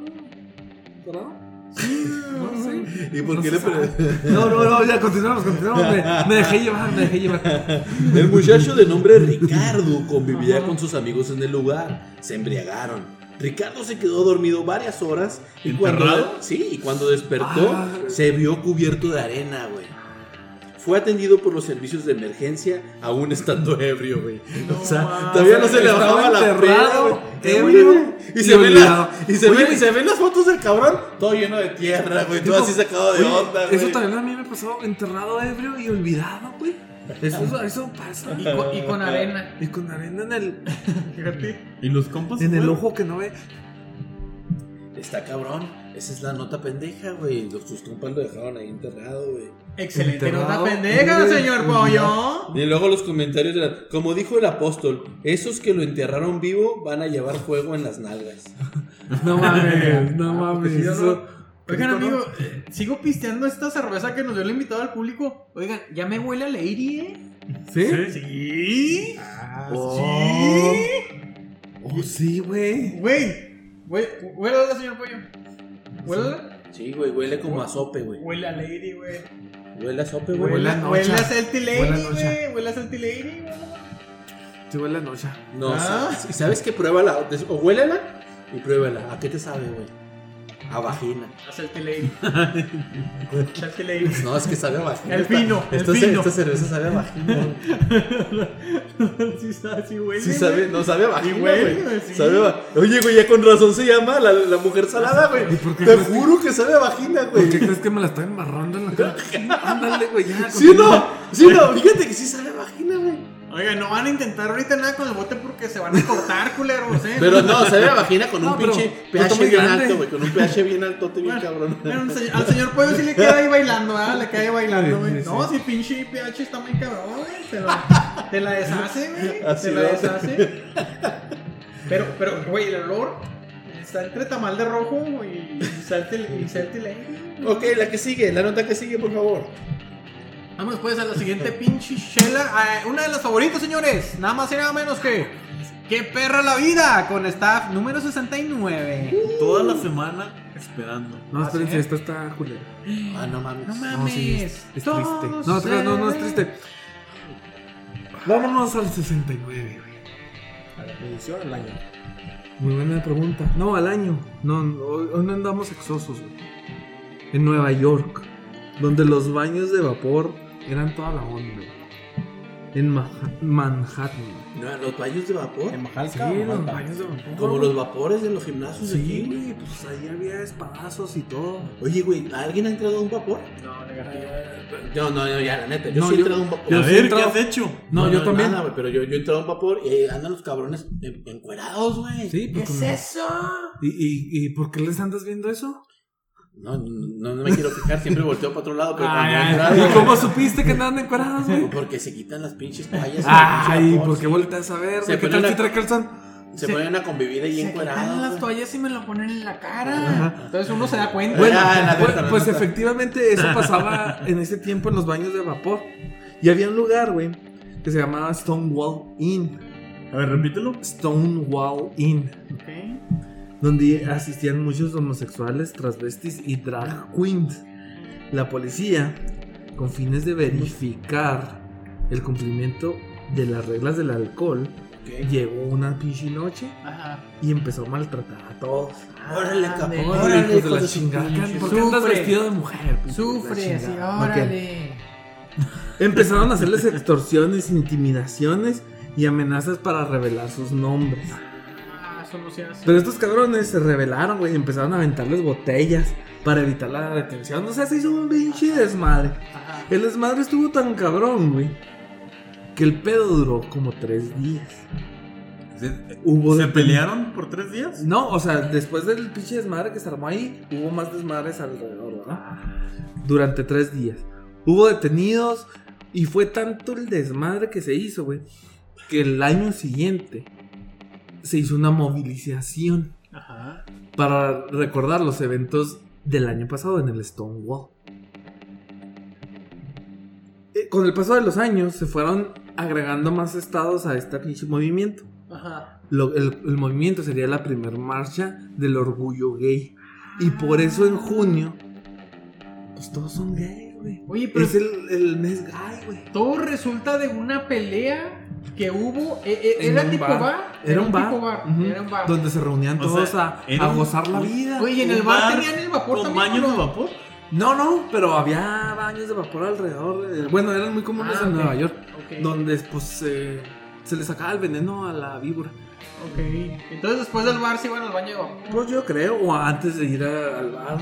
Speaker 3: ¿Verdad? No sé.
Speaker 6: ¿Y por
Speaker 3: No
Speaker 6: qué
Speaker 3: se
Speaker 6: le pre-
Speaker 3: sabe. No, no, no, ya continuamos, continuamos. Me, me dejé llevar, me dejé llevar.
Speaker 6: El muchacho de nombre Ricardo convivía con sus amigos en el lugar. Se embriagaron. Ricardo se quedó dormido varias horas y
Speaker 4: ¿Enterrado?
Speaker 6: cuando, sí, y cuando despertó
Speaker 3: Ah.
Speaker 6: se vio cubierto de arena, güey. Fue atendido por los servicios de emergencia aún estando ebrio, güey. o sea,
Speaker 2: mames.
Speaker 6: todavía no se le
Speaker 3: Estaba
Speaker 6: bajaba la peda,
Speaker 3: enterrado,
Speaker 6: güey.
Speaker 3: ebrio
Speaker 6: y,
Speaker 3: y
Speaker 6: se ven
Speaker 3: olvidado.
Speaker 6: la- y se
Speaker 3: Oye,
Speaker 6: ven- y se ven las fotos del cabrón todo lleno de tierra, güey. Todo
Speaker 3: Digo,
Speaker 6: así sacado de
Speaker 3: oye,
Speaker 6: onda, güey.
Speaker 3: Eso también a mí me pasó enterrado ebrio y olvidado, güey. Eso, eso pasa.
Speaker 2: Y con, y con arena.
Speaker 3: Y con arena en el,
Speaker 2: Fíjate.
Speaker 4: ¿Y los compas?
Speaker 3: en el
Speaker 4: fueron?
Speaker 3: ojo que no ve.
Speaker 6: Está cabrón. Esa es la nota pendeja, güey. Los tus compas lo dejaron ahí enterrado, güey.
Speaker 2: Excelente nota
Speaker 3: Enterrado,
Speaker 2: pendeja,
Speaker 3: güey.
Speaker 2: señor Pollo.
Speaker 6: Y luego los comentarios eran, como dijo el apóstol, esos que lo enterraron vivo van a llevar fuego en las nalgas.
Speaker 3: No mames, no
Speaker 6: Pues
Speaker 3: mames.
Speaker 2: sí,
Speaker 3: eso-
Speaker 2: Oigan,
Speaker 3: Rico, ¿no?
Speaker 2: amigo, eh, sigo pisteando esta cerveza que nos dio el invitado al público. Oigan, ya me huele a Lady, ¿eh?
Speaker 3: ¿Sí?
Speaker 2: Sí.
Speaker 3: Oh,
Speaker 2: Sí.
Speaker 3: oh, sí, güey.
Speaker 2: Güey, güey, huélala, señor Pollo. Huélala.
Speaker 6: Sí, güey, huele como a sope, güey.
Speaker 2: Huele a Lady, güey.
Speaker 6: Huele a sope, güey.
Speaker 3: Huele a
Speaker 2: Huele
Speaker 3: noche.
Speaker 2: huele a Celti
Speaker 3: Huele a
Speaker 2: Lady,
Speaker 3: noche.
Speaker 2: güey. Huele a Celti Lady, güey.
Speaker 3: Sí, huele a noche.
Speaker 6: No,
Speaker 2: Ah.
Speaker 6: sa- ¿sabes qué? Pruébala. des- O huélela y pruébala. ¿A qué te sabe, güey? A vagina.
Speaker 2: A Celti Lady. Celti Lady.
Speaker 6: No, es que sabe a vagina.
Speaker 2: El
Speaker 6: Esta-
Speaker 2: vino, el
Speaker 6: Esta,
Speaker 2: vino.
Speaker 6: esta cerveza sabe a vagina. güey.
Speaker 2: sí, sabe, sí, huele.
Speaker 6: Sí
Speaker 2: güey.
Speaker 6: sabe, no sabe a vagina,
Speaker 2: Y huele,
Speaker 6: güey.
Speaker 2: güey, sí.
Speaker 6: Sabe a va- Oye, güey, ya con razón se llama la, la mujer salada, güey.
Speaker 3: por qué
Speaker 6: Te
Speaker 3: crees que-
Speaker 6: juro que sabe a vagina,
Speaker 3: ¿Por qué
Speaker 6: güey.
Speaker 3: crees que me la están embarrando en la cara? Ándale, güey, ya.
Speaker 6: Sí, no, sí, no. Fíjate que sí sabe a vagina, güey.
Speaker 2: Oiga, no van a intentar ahorita nada con el bote porque se van a cortar, culeros, ¿eh?
Speaker 6: Pero no, sabe a vagina con un
Speaker 3: No, pero
Speaker 6: pinche
Speaker 3: no está
Speaker 6: pH
Speaker 3: muy
Speaker 6: bien
Speaker 3: grande.
Speaker 6: alto, güey. Con un pH bien alto, te bien
Speaker 2: Bueno,
Speaker 6: cabrón.
Speaker 2: Pero al se- al señor Pollo sí le queda ahí bailando, ¿ah? Le queda ahí bailando, güey. No, si pinche PH está muy cabrón, güey. Te la, te la deshace, güey.
Speaker 6: Así
Speaker 2: Te la
Speaker 6: va.
Speaker 2: deshace. Pero, pero, güey, el olor está entre tamal de rojo y salte y salte ley.
Speaker 6: Ok, la que sigue, la nota que sigue, por favor.
Speaker 2: Vamos pues a la siguiente pinche chela. Ah, una de las favoritas, señores. Nada más y nada menos que. ¡Qué perra la vida! Con staff número
Speaker 3: Uh.
Speaker 2: 69.
Speaker 4: Toda la semana esperando.
Speaker 3: No,
Speaker 2: Así
Speaker 3: espérense,
Speaker 2: es.
Speaker 3: esta está culera.
Speaker 6: Ah, no mames.
Speaker 2: No mames.
Speaker 3: No, sí, es, es triste.
Speaker 2: Todos
Speaker 3: No, te creas, no, no es
Speaker 2: se
Speaker 3: triste. Vámonos al 69, güey.
Speaker 5: A la edición del año.
Speaker 3: Muy buena pregunta. No, al año. No, no, hoy hoy no andamos exosos, güey. En Nueva York, donde los baños de vapor eran toda la onda. güey. en Maja- Manhattan.
Speaker 1: No, los baños de vapor.
Speaker 5: En
Speaker 3: Sí,
Speaker 5: Majalca.
Speaker 3: los baños de vapor.
Speaker 1: Como los vapores de los gimnasios de
Speaker 3: Sí,
Speaker 1: aquí.
Speaker 3: güey, pues ahí había espadazos y todo.
Speaker 1: Oye, güey, ¿alguien ha entrado a un vapor?
Speaker 5: No, negativo.
Speaker 1: No, no, no, ya, la neta. Yo
Speaker 3: No,
Speaker 1: sí he
Speaker 3: yo-
Speaker 1: entrado a un vapor.
Speaker 3: yo
Speaker 4: A
Speaker 3: sí
Speaker 4: ver, ¿qué
Speaker 3: entraba-
Speaker 4: has hecho?
Speaker 3: No, yo también.
Speaker 1: nada, güey, pero yo, yo he entrado a un vapor y eh, andan los cabrones en- encuerados, güey.
Speaker 3: Sí,
Speaker 1: ¿Qué
Speaker 3: pues,
Speaker 1: es
Speaker 3: como-
Speaker 1: eso?
Speaker 3: ¿Y, y, ¿Y por qué les andas viendo eso?
Speaker 1: No, no, no me quiero fijar, siempre volteo para otro lado. Pero cuando he
Speaker 3: Ay,
Speaker 1: entrado,
Speaker 3: ay, ¿Y
Speaker 1: güey,
Speaker 3: cómo supiste que andaban encueradas, güey?
Speaker 1: Porque se quitan las pinches toallas.
Speaker 3: Ay,
Speaker 1: porque
Speaker 3: ¿por qué volteas a ver?
Speaker 1: Se
Speaker 3: güey? ¿Qué
Speaker 1: ponen
Speaker 3: tal si
Speaker 1: a-
Speaker 3: trae calzón?
Speaker 1: Se
Speaker 2: Se-
Speaker 1: ponen a convivir ahí
Speaker 2: Se quitan las
Speaker 1: encuerados. güey.
Speaker 2: toallas y me lo ponen en la cara.
Speaker 3: Ajá.
Speaker 2: Entonces uno se da cuenta.
Speaker 3: Bueno,
Speaker 1: Ah, la
Speaker 3: pues,
Speaker 1: neta, la
Speaker 3: pues
Speaker 1: neta.
Speaker 3: efectivamente eso pasaba en ese tiempo en los baños de vapor. Y había un lugar, güey, que se llamaba Stonewall Inn.
Speaker 4: A ver, repítelo.
Speaker 3: Stonewall Inn,
Speaker 2: Ok.
Speaker 3: donde asistían muchos homosexuales, transvestis y drag queens. La policía, con fines de verificar el cumplimiento de las reglas del alcohol, llegó una pinche noche
Speaker 2: Ajá.
Speaker 3: y empezó a maltratar a todos.
Speaker 1: Órale,
Speaker 2: Ándale.
Speaker 1: cabrón.
Speaker 3: Órale,
Speaker 1: Órale,
Speaker 3: hijos de
Speaker 1: hijo
Speaker 3: la
Speaker 1: de su
Speaker 3: chingada.
Speaker 1: pinche
Speaker 3: ¿Por qué andas
Speaker 2: Sufre.
Speaker 3: vestido de mujer? puto? La
Speaker 2: Sufre, así,
Speaker 3: chingada. ¿Por qué?
Speaker 2: órale.
Speaker 3: Empezaron a hacerles extorsiones, intimidaciones y amenazas para revelar sus nombres.
Speaker 2: Ah, eso no se hace.
Speaker 3: Pero estos cabrones se rebelaron, güey, y empezaron a aventarles botellas para evitar la detención. O sea, se hizo un pinche desmadre.
Speaker 2: Ajá.
Speaker 3: El desmadre estuvo tan cabrón, güey, que el pedo duró como tres días.
Speaker 4: ¿Se,
Speaker 3: Hubo
Speaker 4: se
Speaker 3: deten-
Speaker 4: pelearon por tres días?
Speaker 3: No, o sea, después del pinche desmadre que se armó ahí, hubo más desmadres alrededor, ¿verdad? Durante tres días. Hubo detenidos y fue tanto el desmadre que se hizo, güey, que el año siguiente se hizo una movilización
Speaker 2: Ajá.
Speaker 3: para recordar los eventos del año pasado en el Stonewall. Eh, Con el paso de los años se fueron agregando más estados a este pinche movimiento.
Speaker 2: Ajá.
Speaker 3: Lo- el, el movimiento sería la primer marcha del orgullo gay. Y por eso en junio, pues todos son gay, güey.
Speaker 2: Oye, pero
Speaker 3: Es el, el mes gay, güey.
Speaker 2: todo resulta de una pelea que hubo. eh, eh,
Speaker 3: En
Speaker 2: era
Speaker 3: un
Speaker 2: tipo
Speaker 3: bar.
Speaker 2: bar.
Speaker 3: Era un bar,
Speaker 2: tipo bar.
Speaker 3: ujú,
Speaker 2: Era un bar.
Speaker 3: donde se reunían
Speaker 4: O
Speaker 3: todos
Speaker 4: sea,
Speaker 3: a,
Speaker 4: era
Speaker 3: a
Speaker 4: un-
Speaker 3: gozar la vida.
Speaker 2: Oye, en
Speaker 4: un
Speaker 2: el bar,
Speaker 4: bar
Speaker 2: tenían el vapor
Speaker 4: ¿Con
Speaker 2: también.
Speaker 4: baños
Speaker 2: ¿no?
Speaker 4: de vapor?
Speaker 3: No, no, pero había baños de vapor alrededor. de- Bueno, eran muy comunes
Speaker 2: Ah,
Speaker 3: en
Speaker 2: ok.
Speaker 3: Nueva York.
Speaker 2: Ok,
Speaker 3: Donde pues eh, se le sacaba el veneno a la víbora.
Speaker 2: ok. Entonces después del bar se iban al baño de vapor.
Speaker 3: Pues yo creo, o antes de ir a- al bar,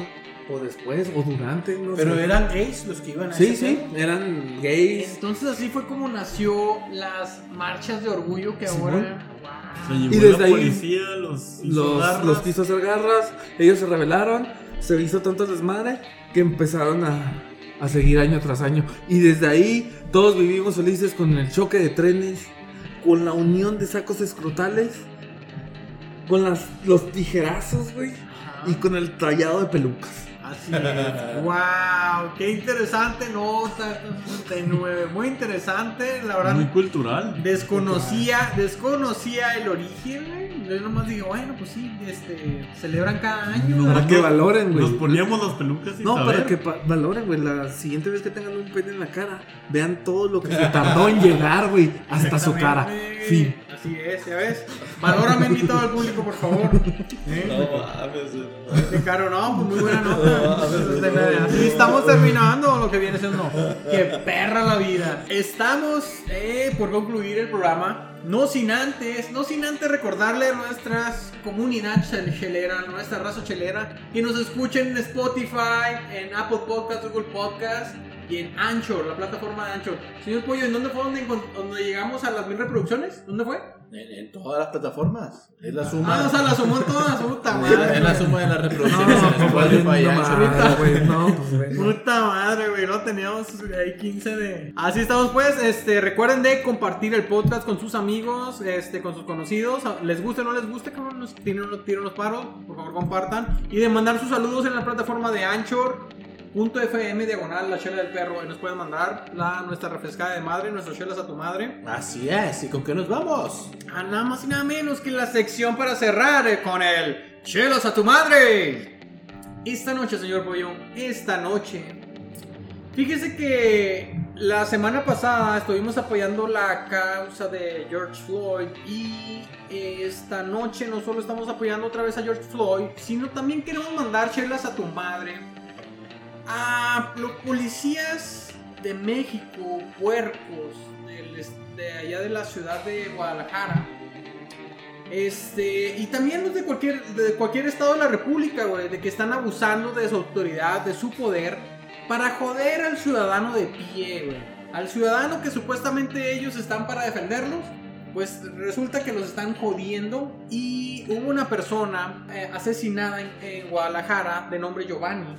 Speaker 3: o después, o durante, no
Speaker 1: Pero
Speaker 3: sé.
Speaker 1: eran gays los que iban a
Speaker 3: Sí,
Speaker 1: ese
Speaker 3: sí,
Speaker 1: pedo.
Speaker 3: eran gays.
Speaker 2: Entonces así fue como nació las marchas de orgullo que
Speaker 3: Simón.
Speaker 2: ahora.
Speaker 4: Se
Speaker 2: Wow.
Speaker 4: llevó
Speaker 3: Y desde
Speaker 4: la
Speaker 3: ahí,
Speaker 4: policía, los hizo
Speaker 3: Los,
Speaker 4: garras.
Speaker 3: los quiso hacer garras, ellos se rebelaron, se hizo tanto desmadre que empezaron a, a seguir año tras año. Y desde ahí todos vivimos felices con el choque de trenes, con la unión de sacos escrotales, con las, los tijerazos, güey, y con el tallado de pelucas.
Speaker 2: Así es. wow, qué interesante nota 39, muy interesante, la verdad.
Speaker 4: Muy cultural.
Speaker 2: Desconocía, desconocía el origen, güey. Yo nomás digo, bueno, pues sí, este, celebran cada año.
Speaker 4: No,
Speaker 3: Para
Speaker 4: no,
Speaker 3: que valoren,
Speaker 4: Nos
Speaker 3: güey.
Speaker 4: poníamos las pelucas sin
Speaker 3: No,
Speaker 4: saber.
Speaker 3: para que pa- valoren, güey. La siguiente vez que tengan un pene en la cara, vean todo lo que se tardó en llegar, güey, hasta su cara.
Speaker 2: Exactamente.
Speaker 3: Fin.
Speaker 2: Así es, ya ves. Valórame invitado al público, por favor. ¿Eh?
Speaker 6: No mames, güey.
Speaker 2: Qué caro, no, pues muy buena nota. Así estamos terminando lo que viene siendo. Qué perra la vida. Estamos eh, por concluir el programa. No sin antes, no sin antes recordarle a nuestras comunidad chel- chelera, nuestra raza chelera, que nos escuchen en Spotify, en Apple Podcasts, Google Podcasts y en Anchor, la plataforma de Anchor. Señor Pollo, ¿en dónde fue donde, encon- donde llegamos a las mil reproducciones? ¿Dónde fue?
Speaker 1: En, en todas las plataformas. Es la
Speaker 2: Ah,
Speaker 1: suma.
Speaker 2: o sea, la sumó en todas, puta
Speaker 1: es la
Speaker 2: madre.
Speaker 1: suma de las
Speaker 3: No,
Speaker 1: reproducciones en
Speaker 3: valiendo
Speaker 1: Spotify. y Anchor.
Speaker 3: madre, güey, no, pues, güey.
Speaker 2: Puta madre, güey, no teníamos ahí 15 de... Así estamos pues, este, recuerden de compartir el podcast con sus amigos, este, con sus conocidos, les guste o no les guste, cabrón, nos tiren, unos- tiren los paros, por favor compartan, y de mandar sus saludos en la plataforma de Anchor, punto FM, diagonal, la chela del perro, y nos pueden mandar la, nuestra refrescada de madre, nuestras chelas a tu madre,
Speaker 1: Así es. ¿Y con qué nos vamos?
Speaker 2: a Ah, nada más y nada menos que la sección para cerrar eh, con el chelas a tu madre. Esta noche, señor Pollo, esta noche. Fíjese que la semana pasada estuvimos apoyando la causa de George Floyd y esta noche no solo estamos apoyando otra vez a George Floyd, sino también queremos mandar chelas a tu madre a los policías de México, puercos, del es- de allá de la ciudad de Guadalajara. Este, y también los de cualquier, de cualquier estado de la República, güey, de que están abusando de su autoridad, de su poder, para joder al ciudadano de pie, güey. Al ciudadano que supuestamente ellos están para defenderlos, pues resulta que los están jodiendo. Y hubo una persona eh, asesinada en, en Guadalajara de nombre Giovanni.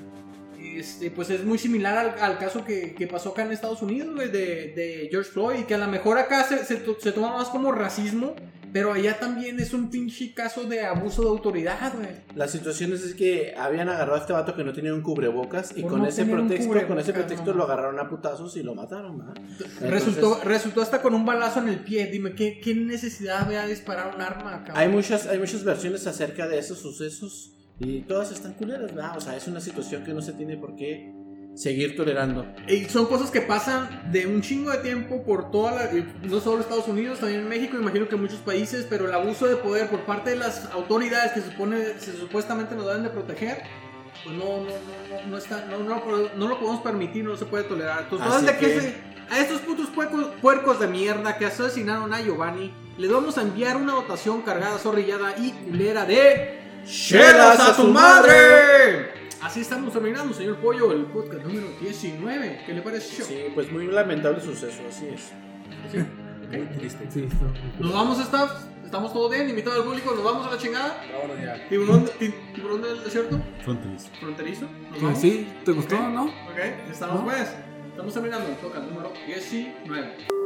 Speaker 2: Este, pues es muy similar al, al caso que, que pasó acá en Estados Unidos, güey, de, de George Floyd, que a lo mejor acá se, se to- se toma más como racismo, pero allá también es un pinche caso de abuso de autoridad, güey.
Speaker 1: Las situaciones es que habían agarrado a este vato que no tenía un cubrebocas y
Speaker 2: Por
Speaker 1: con,
Speaker 2: no
Speaker 1: ese
Speaker 2: tener un
Speaker 1: pretexto, con ese
Speaker 2: cubrebocas,
Speaker 1: pretexto
Speaker 2: no.
Speaker 1: lo agarraron a putazos y lo mataron, ¿verdad?
Speaker 2: Resultó,
Speaker 1: Entonces,
Speaker 2: resultó hasta con un balazo en el pie. Dime, ¿qué, qué necesidad había de disparar un arma, cabrón?
Speaker 1: Hay muchas, hay muchas versiones acerca de esos sucesos y todas están culeras, ¿verdad? O sea, es una situación que no se tiene por qué seguir tolerando.
Speaker 2: Y son cosas que pasan de un chingo de tiempo por toda la, y no solo Estados Unidos, también en México, imagino que en muchos países, pero el abuso de poder por parte de las autoridades que supone, se- supuestamente nos deben de proteger, pues no, no, no, no, no está, no, no, lo- no lo podemos permitir, no se puede tolerar. Entonces,
Speaker 1: Así
Speaker 2: ¿dónde que
Speaker 1: que-
Speaker 2: se- a estos putos puercos, puercos de mierda que asesinaron a Giovanni, les vamos a enviar una dotación cargada, zorrillada y culera de...
Speaker 1: ¡Chelas a tu madre!
Speaker 2: Así estamos terminando, señor Pollo, el podcast número 19. ¿Qué le pareció?
Speaker 1: Sí, pues muy lamentable suceso, así es.
Speaker 2: Sí.
Speaker 5: Muy triste.
Speaker 3: Sí, está muy bien.
Speaker 2: Nos vamos, staff. Estamos todos bien, invitado al público, nos vamos a la chingada.
Speaker 5: Vámonos ya.
Speaker 2: Tiburón, ti- tiburón del desierto,
Speaker 4: Fronterizo.
Speaker 2: fronterizo. Nos
Speaker 3: Ah,
Speaker 2: vamos.
Speaker 3: ¿Sí? ¿Te gustó
Speaker 2: Ok.
Speaker 3: no?
Speaker 2: Ok, estamos
Speaker 3: ¿No?
Speaker 2: pues. Estamos terminando el podcast número 19.